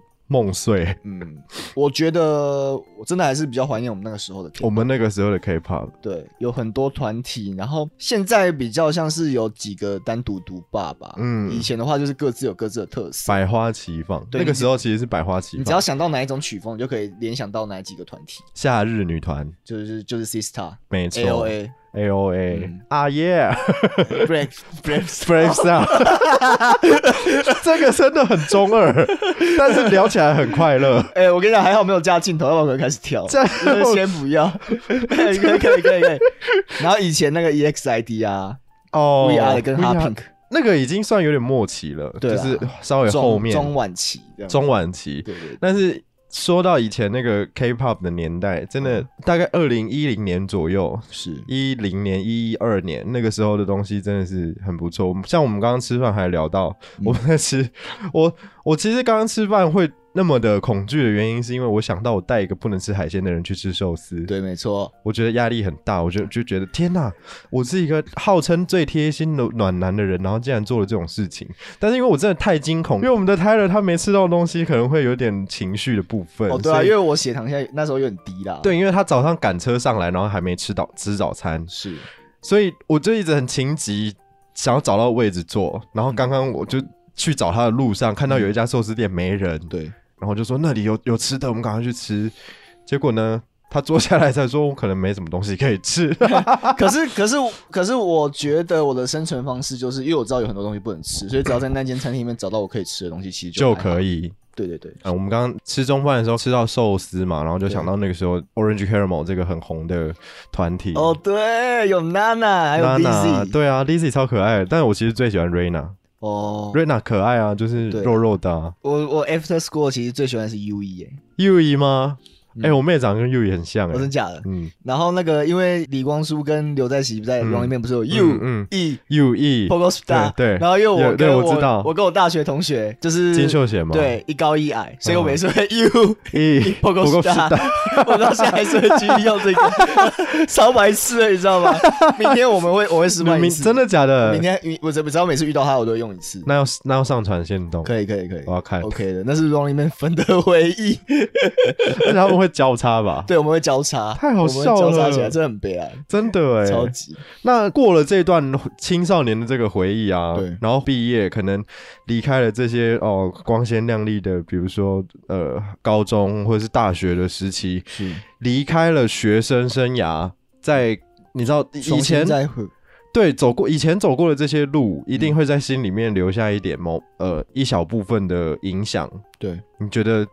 S1: 梦碎。
S2: 嗯，我觉得我真的还是比较怀念我们那个时候的 K-pop。
S1: 我们那个时候的 K-pop，
S2: 对，有很多团体，然后现在比较像是有几个单独独霸吧。
S1: 嗯
S2: 以前的话就是各自有各自的特色。
S1: 百花齐放，
S2: 对
S1: 那个时候其实是百花齐
S2: 你只要
S1: 放。
S2: 想到哪一种曲风，你就可以联想到哪几个团体，
S1: 夏日女团，
S2: 就是就是 Sista、
S1: 没错
S2: A O A、
S1: A O A
S2: 嗯
S1: 啊耶
S2: Break Break。
S1: ，Brave Star，这个真的很中二，但是聊起来很快 乐。
S2: 哎、我跟你讲，还好没有加镜头，要不然我就开始 跳。
S1: 这样
S2: 就是先不 要，可以可以可以可以。然后以前那个 EXID 啊、
S1: 哦
S2: v r 的跟
S1: We Are-
S2: Hapink
S1: 那个已经算有点默契了，
S2: 对
S1: 就
S2: 啊
S1: 是稍微哦后
S2: 中
S1: 面
S2: 中晚期这样。
S1: 中晚期。
S2: 对对对
S1: 但是说到以前那个 K-pop 的年代，
S2: 嗯
S1: 真的大概二零一零年左右，
S2: 是，
S1: 一零年、一二年那个时候的东西真的是很不错。我们像我们刚刚吃饭还聊到，
S2: 嗯
S1: 我们在吃，我我其实刚刚吃饭会那么的恐惧的原因，是因为我想到我带一个不能吃海鲜的人去吃寿司，
S2: 对，没错。
S1: 我觉得压力很大，我就就觉得天哪，我是一个号称最贴心的暖男的人，然后竟然做了这种事情。但是因为我真的太惊恐，因为我们的 Tyler 他没吃到东西，可能会有点情绪的部分。
S2: 哦，对啊，
S1: 所以
S2: 因为我血糖现在那时候有点低啦。，
S1: 对，因为他早上赶车上来，然后还没吃到吃早餐，
S2: 是
S1: 所以我就一直很情急，想要找到位置坐。然后刚刚我就去找他的路上，看到有一家寿司店没人，
S2: 对，
S1: 然后就说那里有有吃的，我们赶快去吃。结果呢，他坐下来才说，我可能没什么东西可以吃。
S2: 可是可是可是，我觉得我的生存方式就是，因为我知道有很多东西不能吃，所以只要在那间餐厅里面找到我可以吃的东西，其实
S1: 就
S2: 还好
S1: 可。以。
S2: 对对对，
S1: 呃，我们刚刚吃中饭的时候吃到寿司嘛，然后就想到那个时候 Orange Caramel 这个很红的团体。
S2: 哦，对，有 Nana，还有
S1: Nana，
S2: Lizzy，
S1: 对啊，Lizzy 超可爱的，但是我其实最喜欢 Rena，Rena
S2: 哦，
S1: 可爱啊，就是
S2: 对
S1: 肉肉的、啊。
S2: 我我 After School 其实最喜欢的是 U E 哎，
S1: U E 吗？哎、我妹长得跟 U 也很像哎、
S2: 哦我真假的。
S1: 嗯
S2: 然后那个，因为李光洙跟刘在熙在《
S1: 嗯
S2: Running Man》不是有
S1: 嗯
S2: U
S1: 嗯
S2: E
S1: ，U E
S2: Pogo Star，
S1: 对对
S2: 然后因为我
S1: 有对
S2: 跟
S1: 我知道
S2: 我跟我大学同学就是
S1: 金秀贤嘛，
S2: 对一高一矮，所以我
S1: 嗯
S2: 每次会 U
S1: ，E
S2: Pogo
S1: 不够
S2: Star，
S1: 大
S2: 我到现在还是会继续用这个， 超白痴的，你知道吗？明天我们会我会示范一
S1: 明
S2: 次，
S1: 真的假的？
S2: 明天明我只只要每次遇到他，我都会用一次。
S1: 那要那要上传先动，
S2: 可以可以可以
S1: 我要看，
S2: ，OK 的，那是 Running Man 粉的回忆，
S1: 而且他们会交叉吧？
S2: 对，我们会交叉，
S1: 太好
S2: 我们会
S1: 笑
S2: 交叉
S1: 了
S2: 起来，真的很悲哀，
S1: 真的
S2: 超
S1: 哎。
S2: 级。
S1: 那过了这段青少年的这个回忆啊，
S2: 对
S1: 然后毕业可能离开了这些哦光鲜亮丽的，比如说呃高中或者是大学的时期，
S2: 是
S1: 离开了学生生涯，在你知道以
S2: 重新
S1: 前
S2: 再嗯回
S1: 对走过以前走过的这些路，一定会在心里面留下一点某呃一小部分的影响。
S2: 对，
S1: 你觉得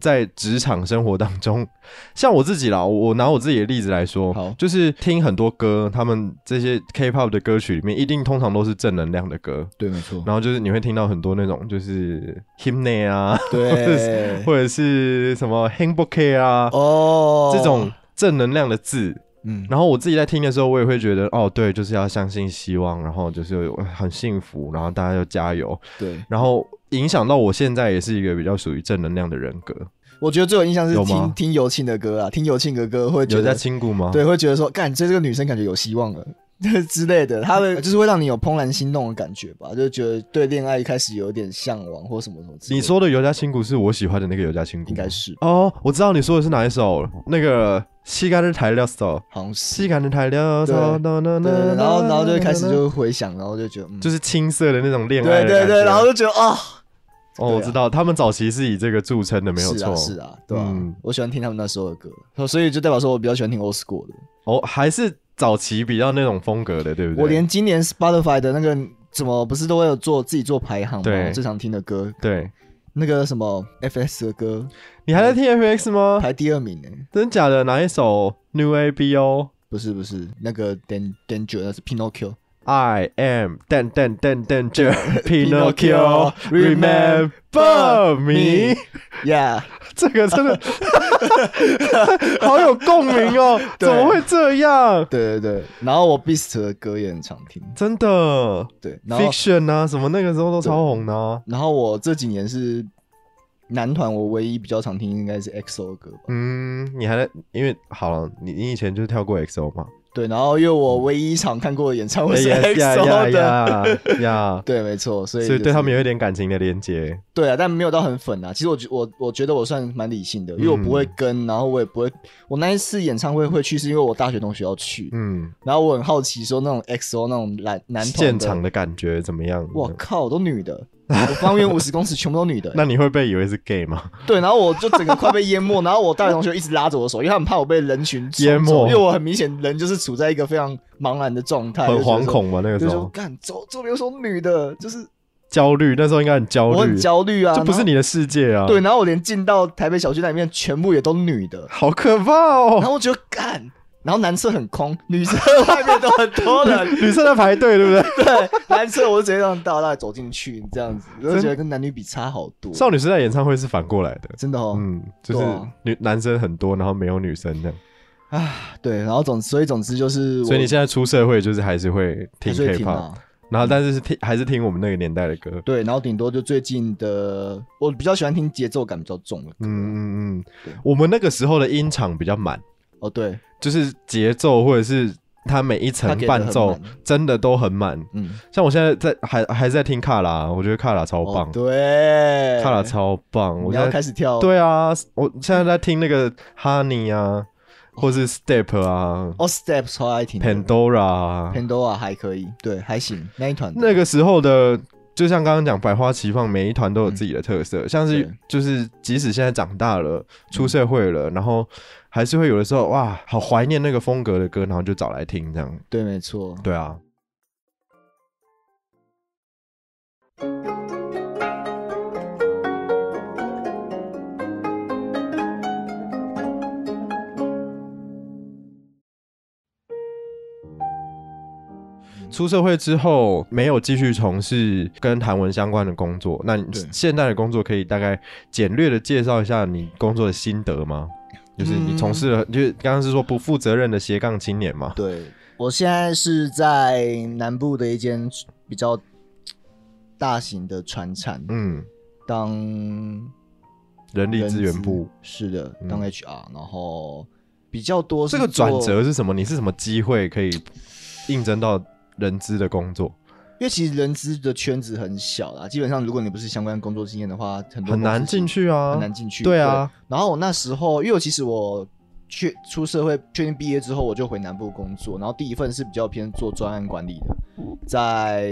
S1: 在职场生活当中， 像我自己啦，我我拿我自己的例子来说
S2: 好，
S1: 就是听很多歌，他们这些 K-pop 的歌曲里面，一定通常都是正能量的歌，
S2: 对，没错，
S1: 然后就是你会听到很多那种就是 himne 啊，
S2: 对，
S1: 或者是什么 himboke 啊、
S2: 哦，
S1: 这种正能量的字，
S2: 嗯，
S1: 然后我自己在听的时候，我也会觉得，哦，对，就是要相信希望，然后就是很幸福，然后大家要加油，
S2: 对，
S1: 然后影响到我现在也是一个比较属于正能量的人格。
S2: 我觉得最有印象是
S1: 有吗
S2: 听听尤庆的歌啊，听尤庆的歌会觉
S1: 有在
S2: 得，
S1: 亲故吗？
S2: 对，会觉得说，干，这这个女生感觉有希望了。 之类
S1: 嗯
S2: 的，他们就是会让你有怦然心动的感觉吧，就觉得对恋爱开始有点向往或什么什么之类的。
S1: 你说的尤加亲骨是我喜欢的那个尤加亲骨，
S2: 应该是，
S1: 哦，我知道你说的是哪一首了，那个西干的材料手，
S2: 好像是。
S1: 西干的材料手，哒哒
S2: 对，
S1: 哒
S2: 然后然后就会开始
S1: 哒哒
S2: 就回想，然后就觉得，嗯，
S1: 就是青涩的那种恋
S2: 对
S1: 爱的
S2: 对
S1: 感
S2: 对，
S1: 觉
S2: 然后就觉得啊，
S1: 哦，我知道他们早期是以这个著称的，没有
S2: 是
S1: 错
S2: 啊，是啊，对啊
S1: 嗯，
S2: 我喜欢听他们那时候的歌，所以就代表说我比较喜欢听 old school 的。
S1: 哦，还是早期比较那种风格的，对不对？
S2: 我连今年 Spotify 的那个怎么不是都会有做自己做排行吗？
S1: 对
S2: 我最常听的歌，
S1: 对
S2: 那个什么 FS 的歌
S1: 你还在听 FX 吗？
S2: 排第二名呢、
S1: 真假的哪一首 New A B O
S2: 不是不是，那个 Dan Danger 那是 Pinocchio，
S1: I am Dan Dan Dan Danger
S2: Pinocchio,
S1: Pinocchio Remember
S2: me
S1: me。
S2: ，Yeah，
S1: 这个 真的好有共鸣哦，
S2: 对
S1: 怎么会这样？
S2: 对对对，然后我 Beast 的歌也很常听，
S1: 真的
S2: 对，然后
S1: ，fiction 啊，什么那个时候都超红的啊、
S2: 然后我这几年是男团，我唯一比较常听应该是 EXO 的歌吧，
S1: 嗯，你还在，因为好了，你你以前就跳过 XO 嘛？
S2: 对，然后因为我唯一一场看过的演唱会是
S1: 哎
S2: EXO 的，
S1: 呀 呀！
S2: 对，没错，所以
S1: 所以
S2: 就
S1: 对他
S2: 是
S1: 们有一点感情的连接，
S2: 对啊，但没有到很粉啊。其实我觉我我觉得我算蛮理性的，因为
S1: 嗯
S2: 我不会跟，然后我也不会。我那一次演唱会会去，是因为我大学同学要去，
S1: 嗯，
S2: 然后我很好奇说那种 XO 那种男男团的
S1: 现场，的感觉怎么样？
S2: 我靠，都女的，我方圆五十公尺全部都女的、
S1: 嗯 那你会被以为是 gay 吗？
S2: 对，然后我就整个快被淹没，然后我大学同学一直拉着我的手，因为他们怕我被人群冲走
S1: 淹没
S2: 因为我很明显人就是处在一个非常茫然的状态，
S1: 很
S2: 啊就觉得
S1: 惶
S2: 说。
S1: 恐吗？那个
S2: 就是
S1: 时
S2: 说
S1: 候
S2: 干周周边有什么女的，就是
S1: 焦虑，那时候应该很焦虑，
S2: 我很焦虑啊，
S1: 这不
S2: 然
S1: 是
S2: 后
S1: 你的世界啊！
S2: 对，，然后我连进到台北小区那里面，全部也都女的，
S1: 好可怕哦！
S2: 然后我觉得干，然后男厕很空，女厕外面都很多人。
S1: 女生在排队，对不对？
S2: 对，男厕我就直接让大家走进去，这样子，我就觉得跟男女比差好多。
S1: 少女时代演唱会是反过来的，
S2: 真的哦，
S1: 嗯，就是
S2: 对啊
S1: 女男生很多，然后没有女生这样。
S2: 啊，对，然后总所以总之就是我，
S1: 所以你现在出社会就是还是会
S2: 还
S1: 听
S2: 是会
S1: K-pop，、
S2: 听啊，
S1: 然后但是是听还是听我们那个年代的歌。
S2: 对，然后顶多就最近的，我比较喜欢听节奏感比较重的歌。
S1: 嗯嗯
S2: 对
S1: 嗯，我们那个时候的音场比较满，
S2: 哦，对，
S1: 就是节奏或者是它每一
S2: 它
S1: 层
S2: 给得
S1: 伴奏
S2: 很满
S1: 真的都很满。
S2: 嗯，
S1: 像我现在在还还是在听卡拉，我觉得卡拉超
S2: 哦
S1: 棒，，
S2: 对，
S1: 卡拉超棒。我
S2: 你
S1: 现
S2: 要
S1: 在
S2: 开始跳，，
S1: 对啊，我现在在听那个 Honey 啊，或是 Step 啊、
S2: 哦，Step 超爱听的
S1: Pandora 啊。
S2: ，Pandora 还可以，对，还行，那一团的
S1: 那个时候的，就像刚刚讲百花齐放，每一团都有自己的特色。像
S2: 嗯
S1: 是
S2: 对
S1: 就是，即使现在长大了，出社会了，
S2: 嗯
S1: 然后还是会有的时候哇，好怀念那个风格的歌，然后就找来听这样。
S2: 对，没错，
S1: 对啊，出社会之后没有继续从事跟韩文相关的工作，那你
S2: 对
S1: 现在的工作可以大概简略的介绍一下你工作的心得吗？就是你从事了，就是刚刚是说不负责任的斜杠青年嘛。
S2: 对我现在是在南部的一间比较大型的船厂
S1: 嗯，
S2: 当
S1: 人力资源部
S2: 人资是的，当
S1: 嗯
S2: HR，、然后比较多是
S1: 这个转
S2: 做
S1: 折是什么？你是什么机会可以应征到人资的工作？
S2: 因为其实人资的圈子很小啦，基本上如果你不是相关工作经验的话，很多
S1: 很难
S2: 公司是
S1: 进去啊，
S2: 很难进去。
S1: 对啊，
S2: 然后我那时候，因为我其实我确出社会确定毕业之后，我就回南部工作，然后第一份是比较偏做专案管理的，在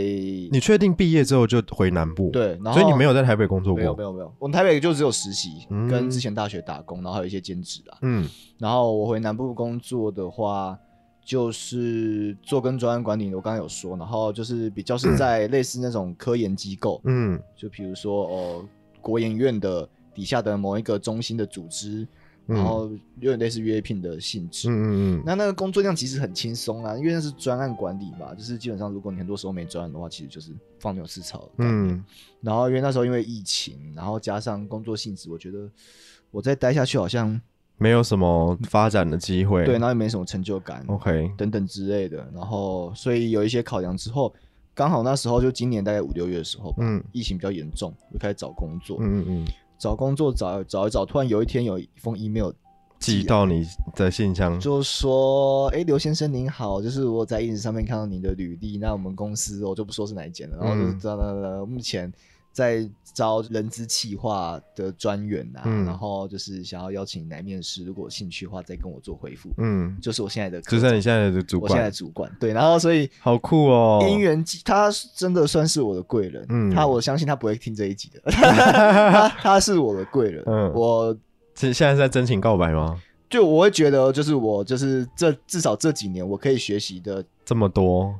S1: 你确定毕业之后就回南部？，
S2: 对，然后
S1: 所以你没有在台北工作
S2: 没有没
S1: 过。
S2: 有没有，我们台北就只有实习、
S1: 嗯
S2: 跟之前大学打工，然后还有一些兼职啊。
S1: 嗯，
S2: 然后我回南部工作的话，就是做跟专案管理，我刚刚有说，然后就是比较 是在类似那种科研机构，
S1: 嗯，
S2: 就比如说哦，国研院的底下的某一个中心的组织，
S1: 嗯
S2: 然后有点类似约聘的性质。
S1: 嗯嗯嗯，
S2: 那那个工作量其实很轻松啊，因为那是专案管理嘛，就是基本上如果你很多时候没专案的话，其实就是放牛吃草。嗯，
S1: 嗯，
S2: 然后因为那时候因为疫情，然后加上工作性质，我觉得我再待下去好像
S1: 没有什么发展的机会。
S2: 对，然后也没什么成就感。
S1: ，OK，
S2: 等等之类的，然后所以有一些考量之后，刚好那时候就今年大概五六月的时候吧，
S1: 嗯
S2: 疫情比较严重，我就开始找工作，
S1: 嗯嗯嗯，
S2: 找工作找找一找，突然有一天有一封 email
S1: 寄到你的信箱。
S2: 就说：“哎，刘先生您好，就是我在 ins 上面看到您的履历，那我们公司我就不说是哪一间了，然后就是
S1: 嗯
S2: 哒哒哒，目前在招人资企划的专员啊，
S1: 嗯
S2: 然后就是想要邀请你来面试，如果有兴趣的话再跟我做回复。
S1: 嗯，
S2: 就是我现在的科
S1: 就
S2: 长，
S1: 是你现在的主
S2: 我现在的，
S1: 管
S2: 主管对，然后所以
S1: 好酷哦！
S2: 姻缘际，他是真的算是我的贵人。
S1: 嗯
S2: 他我相信他不会听这一集的， 他他是我的贵人。
S1: 嗯
S2: 我
S1: 这现在是在真情告白吗？
S2: 就我会觉得，就是我就是这至少这几年我可以学习的，
S1: 这么多，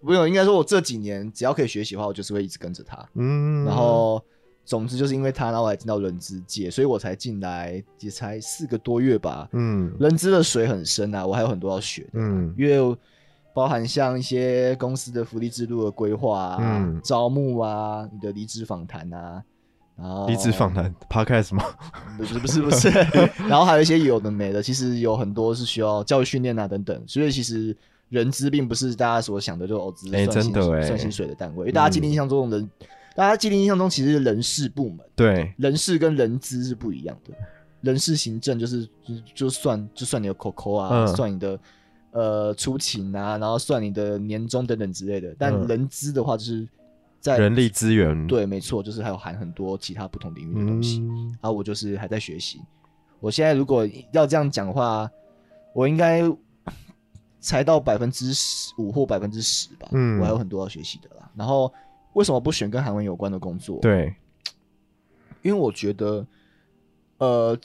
S2: 不用应该说，我这几年只要可以学习的话，我就是会一直跟着他。
S1: 嗯，
S2: 然后总之就是因为他，然后我还进到人资界，所以我才进来也才四个多月吧。
S1: 嗯
S2: 人资的水很深啊，我还有很多要学的。
S1: 嗯
S2: 因为包含像一些公司的福利制度的规划啊、
S1: 嗯
S2: 招募啊、你的离职访谈啊，然后
S1: 离职访
S2: 哦
S1: 谈 podcast 吗？
S2: 不是不是不 是，然后还有一些有的没的，其实有很多是需要教育训练啊等等，所以其实。人资并不是大家所想的，就哦，只是
S1: 哎
S2: 算薪、
S1: 真的哎
S2: 算薪水的单位。因为大家既定印象中的人，大家既定印象中其实人事部门，
S1: 对，
S2: 人事跟人资是不一样的。人事行政就是就就算就算你的口口啊，
S1: 嗯
S2: 算你的呃出勤啊，然后算你的年终等等之类的。但
S1: 嗯
S2: 人资的话，就是在
S1: 人力资源，
S2: 对，没错，就是还有含很多其他不同领域的东西。
S1: 嗯，
S2: 然后我就是还在学习。我现在如果要这样讲的话，我应该才到百分之十五或百分之十吧。
S1: 嗯
S2: 我还有很多要学习的啦。然后为什么不选跟韩文有关的工作？
S1: 对，
S2: 因为我觉得，呃，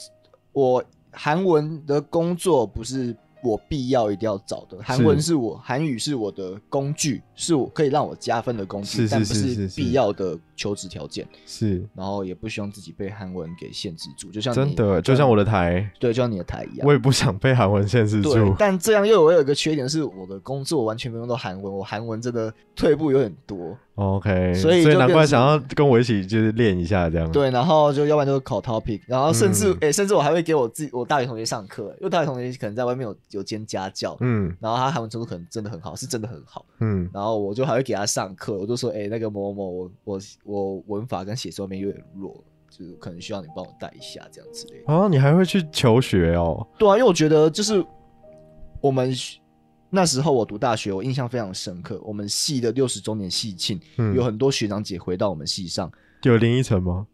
S2: 我韩文的工作不是我必要一定要找的，韩文是我韩语是我的工具，是我可以让我加分的工具，
S1: 是是
S2: 但不
S1: 是是是
S2: 必要的求职条件。
S1: 是
S2: 然后也不希望自己被韩文给限制住，就像
S1: 真
S2: 你
S1: 的，就像我的台，
S2: 对，就像你的台一样
S1: 我。也不想被韩文限制
S2: 对
S1: 住，。
S2: 但这样又有我有一个缺点是，我的工作完全没用到韩文，我韩文真的退步有点多。
S1: OK，
S2: 所以就
S1: 难怪
S2: 变成
S1: 想要跟我一起就是练一下这样。，
S2: 对，然后就要不然就是考 topic，然后甚至
S1: 嗯
S2: 诶、甚至我还会给我自己我大学同学上课，因为大学同学可能在外面有有兼家教，
S1: 嗯
S2: 然后他韩文程度可能真的很好，是真的很好，
S1: 嗯
S2: 然后我就还会给他上课，我就说诶、那个某某某，我我我文法跟写作面有点弱，就是可能需要你帮我带一下这样之类的。
S1: 啊，你还会去求学哦？
S2: 对啊，因为我觉得就是我们学那时候我读大学，我印象非常深刻，我们系的六十周年系庆，
S1: 嗯
S2: 有很多学长姐回到我们系上。
S1: 有林依晨吗？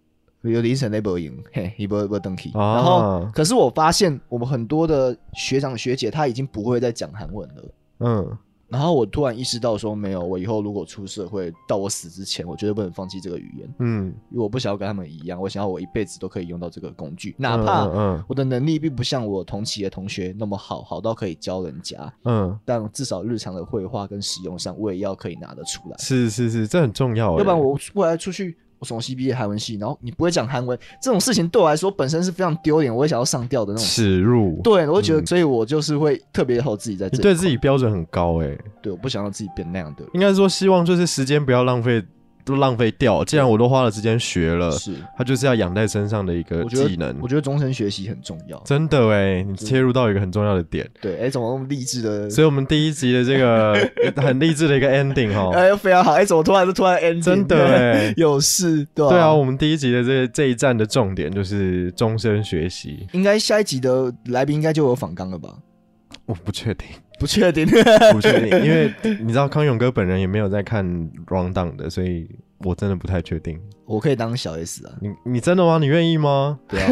S2: 有凌晨那波赢，嘿，一波一波登 key。
S1: 啊
S2: 然后，可是我发现我们很多的学长学姐他已经不会再讲韩文了。
S1: 嗯
S2: 然后我突然意识到说，没有，我以后如果出社会，到我死之前，我绝对不能放弃这个语言，
S1: 嗯，
S2: 因为我不想要跟他们一样，我想要我一辈子都可以用到这个工具，哪
S1: 嗯
S2: 怕
S1: 嗯
S2: 我的能力并不像我同期的同学那么好，好到可以教人家，
S1: 嗯，
S2: 但至少日常的绘画跟使用上，我也要可以拿得出来。
S1: 是是是，这很重要欸。
S2: 要不然我未来出去，我从西毕业韩文系，然后你不会讲韩文，这种事情对我来说本身是非常丢脸，我会想要上吊的那种。
S1: 耻辱，
S2: 对，我会觉得，
S1: 嗯
S2: 所以我就是会特别好自己在这
S1: 你
S2: 里。
S1: 对自己标准很高哎。
S2: 对，我不想让自己变那样的人。
S1: 应该说希望就是时间不要浪费都浪费掉。既然我都花了时间学了，
S2: 是，
S1: 它就是要养在身上的一个
S2: 我觉
S1: 呃技
S2: 得
S1: 能
S2: 我。觉得终身学习很重要。
S1: 真的哎，你
S2: 是
S1: 切入到一个很重要的点，
S2: 对，哎，怎么那么励志的？
S1: 所以我们第一集的这 个很励志的一个 ending 哈，
S2: 哎，非常好。哎，怎么突然就突然 end？，
S1: 哦真的哎
S2: 有事对吧？
S1: 对啊，我们第一集的这这一站的重点就是终身学习，
S2: 应该下一集的来宾应该就有访纲了吧？
S1: 我不确 定。
S2: 不确定，
S1: 不确定，因为你知道康永哥本人也没有在看 round down 的，所以我真的不太确定。
S2: 我可以当小 S 啊，
S1: 你你真的吗？你愿 意吗？
S2: 不要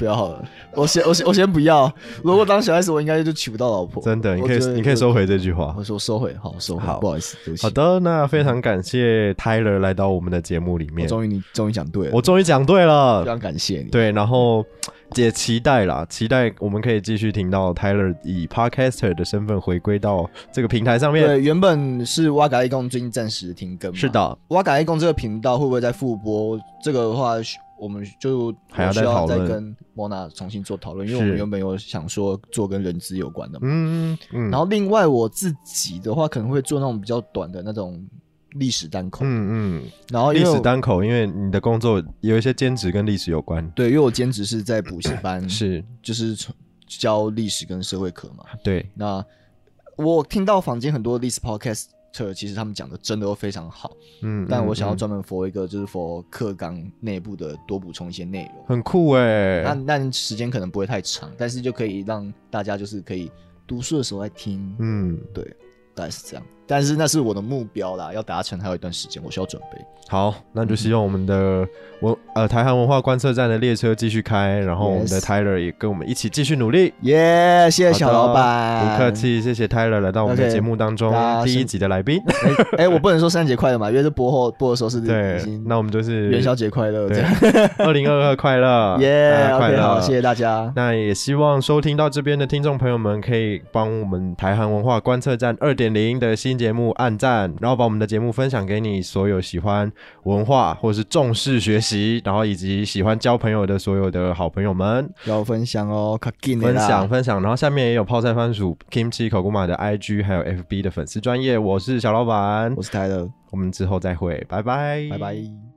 S2: 不要好了， 我先我先我先不要。如果当小 S，我应该就娶不到老婆。
S1: 真的，你
S2: 我
S1: 可
S2: 觉
S1: 以
S2: 得
S1: 你可以
S2: 就
S1: 收回这句话
S2: 我。说收回，好收回，
S1: 好
S2: 不好意思，对不起。
S1: 好，的，那非常感谢 Tyler 来到我们的节目里
S2: 我
S1: 面，
S2: 终于你终于讲对了，
S1: 我终于讲对
S2: 非
S1: 了。
S2: 常感谢你。，
S1: 对，然后也期待啦，期待我们可以继续听到 Tyler 以 podcaster 的身份回归到这个平台上面。
S2: 对，原本是哇嘎一共最近暂时停更，
S1: 是，的，
S2: 哇嘎一共这个频道会不会再复播？这个的话，我们就
S1: 还要
S2: 需
S1: 再
S2: 要
S1: 讨
S2: 再
S1: 论
S2: 跟莫娜重新做讨论，因为我
S1: 是
S2: 们原本有想说做跟人资有关的嘛。
S1: 嗯嗯，
S2: 然后另外我自己的话，可能会做那种比较短的那种历史单口。
S1: 嗯
S2: 然后
S1: 嗯，
S2: 因
S1: 历
S2: 为
S1: 史
S2: 我
S1: 单口，因为你的工作有一些兼职跟历史有关，
S2: 对，因为我兼职是在补习班，
S1: 嗯是嗯
S2: 就是从教历史跟社会课嘛。
S1: 对，
S2: 那我听到坊间很多历史 podcaster，其实他们讲的真的都非常好，
S1: 嗯，
S2: 但
S1: 嗯
S2: 我想
S1: 嗯
S2: 要专门 for 一个就是 for 课纲内部的多补充一些内容。
S1: 很酷哎、
S2: 那那时间可能不会太长，但是就可以让大家就是可以读书的时候来听，
S1: 嗯，
S2: 大概是这样。但是那是我的目标啦，要达成还有一段时间，我需要准备。
S1: 好，那就希望我们的文呃台韩文化观测站的列车继续开，然后我们的
S2: Yes
S1: Tyler 也跟我们一起继续努力。
S2: 耶、谢谢
S1: 好
S2: 小
S1: 的
S2: 老板，
S1: 不客。气，谢谢 Tyler 来到我们的
S2: OK，
S1: 节目当中
S2: 大家
S1: 第一
S2: 身
S1: 集的来宾。
S2: 哎、哎我不能说圣诞节快乐嘛，因为这播后播的时候是已
S1: 对
S2: 经，
S1: 那我们就是
S2: 元宵节快乐这
S1: 对
S2: 样。，
S1: 二零二二快 乐，大
S2: 耶、
S1: 家
S2: o
S1: 快
S2: k
S1: 乐，
S2: 好，谢谢大家。
S1: 那也希望收听到这边的听众朋友们，可以帮我们台韩文化观测站二点零的新节目按赞，然后把我们的节目分享给你所有喜欢文化或是重视学习，然后以及喜欢交朋友的所有的好朋友们
S2: 要分享哦，卡进
S1: 分享，分享。然后下面也有泡菜番薯 Kimchi 口古马的 IG 还有 FB 的粉丝专业，我是小老板，
S2: 我是泰勒，
S1: 我们之后再会，拜拜，
S2: 拜拜。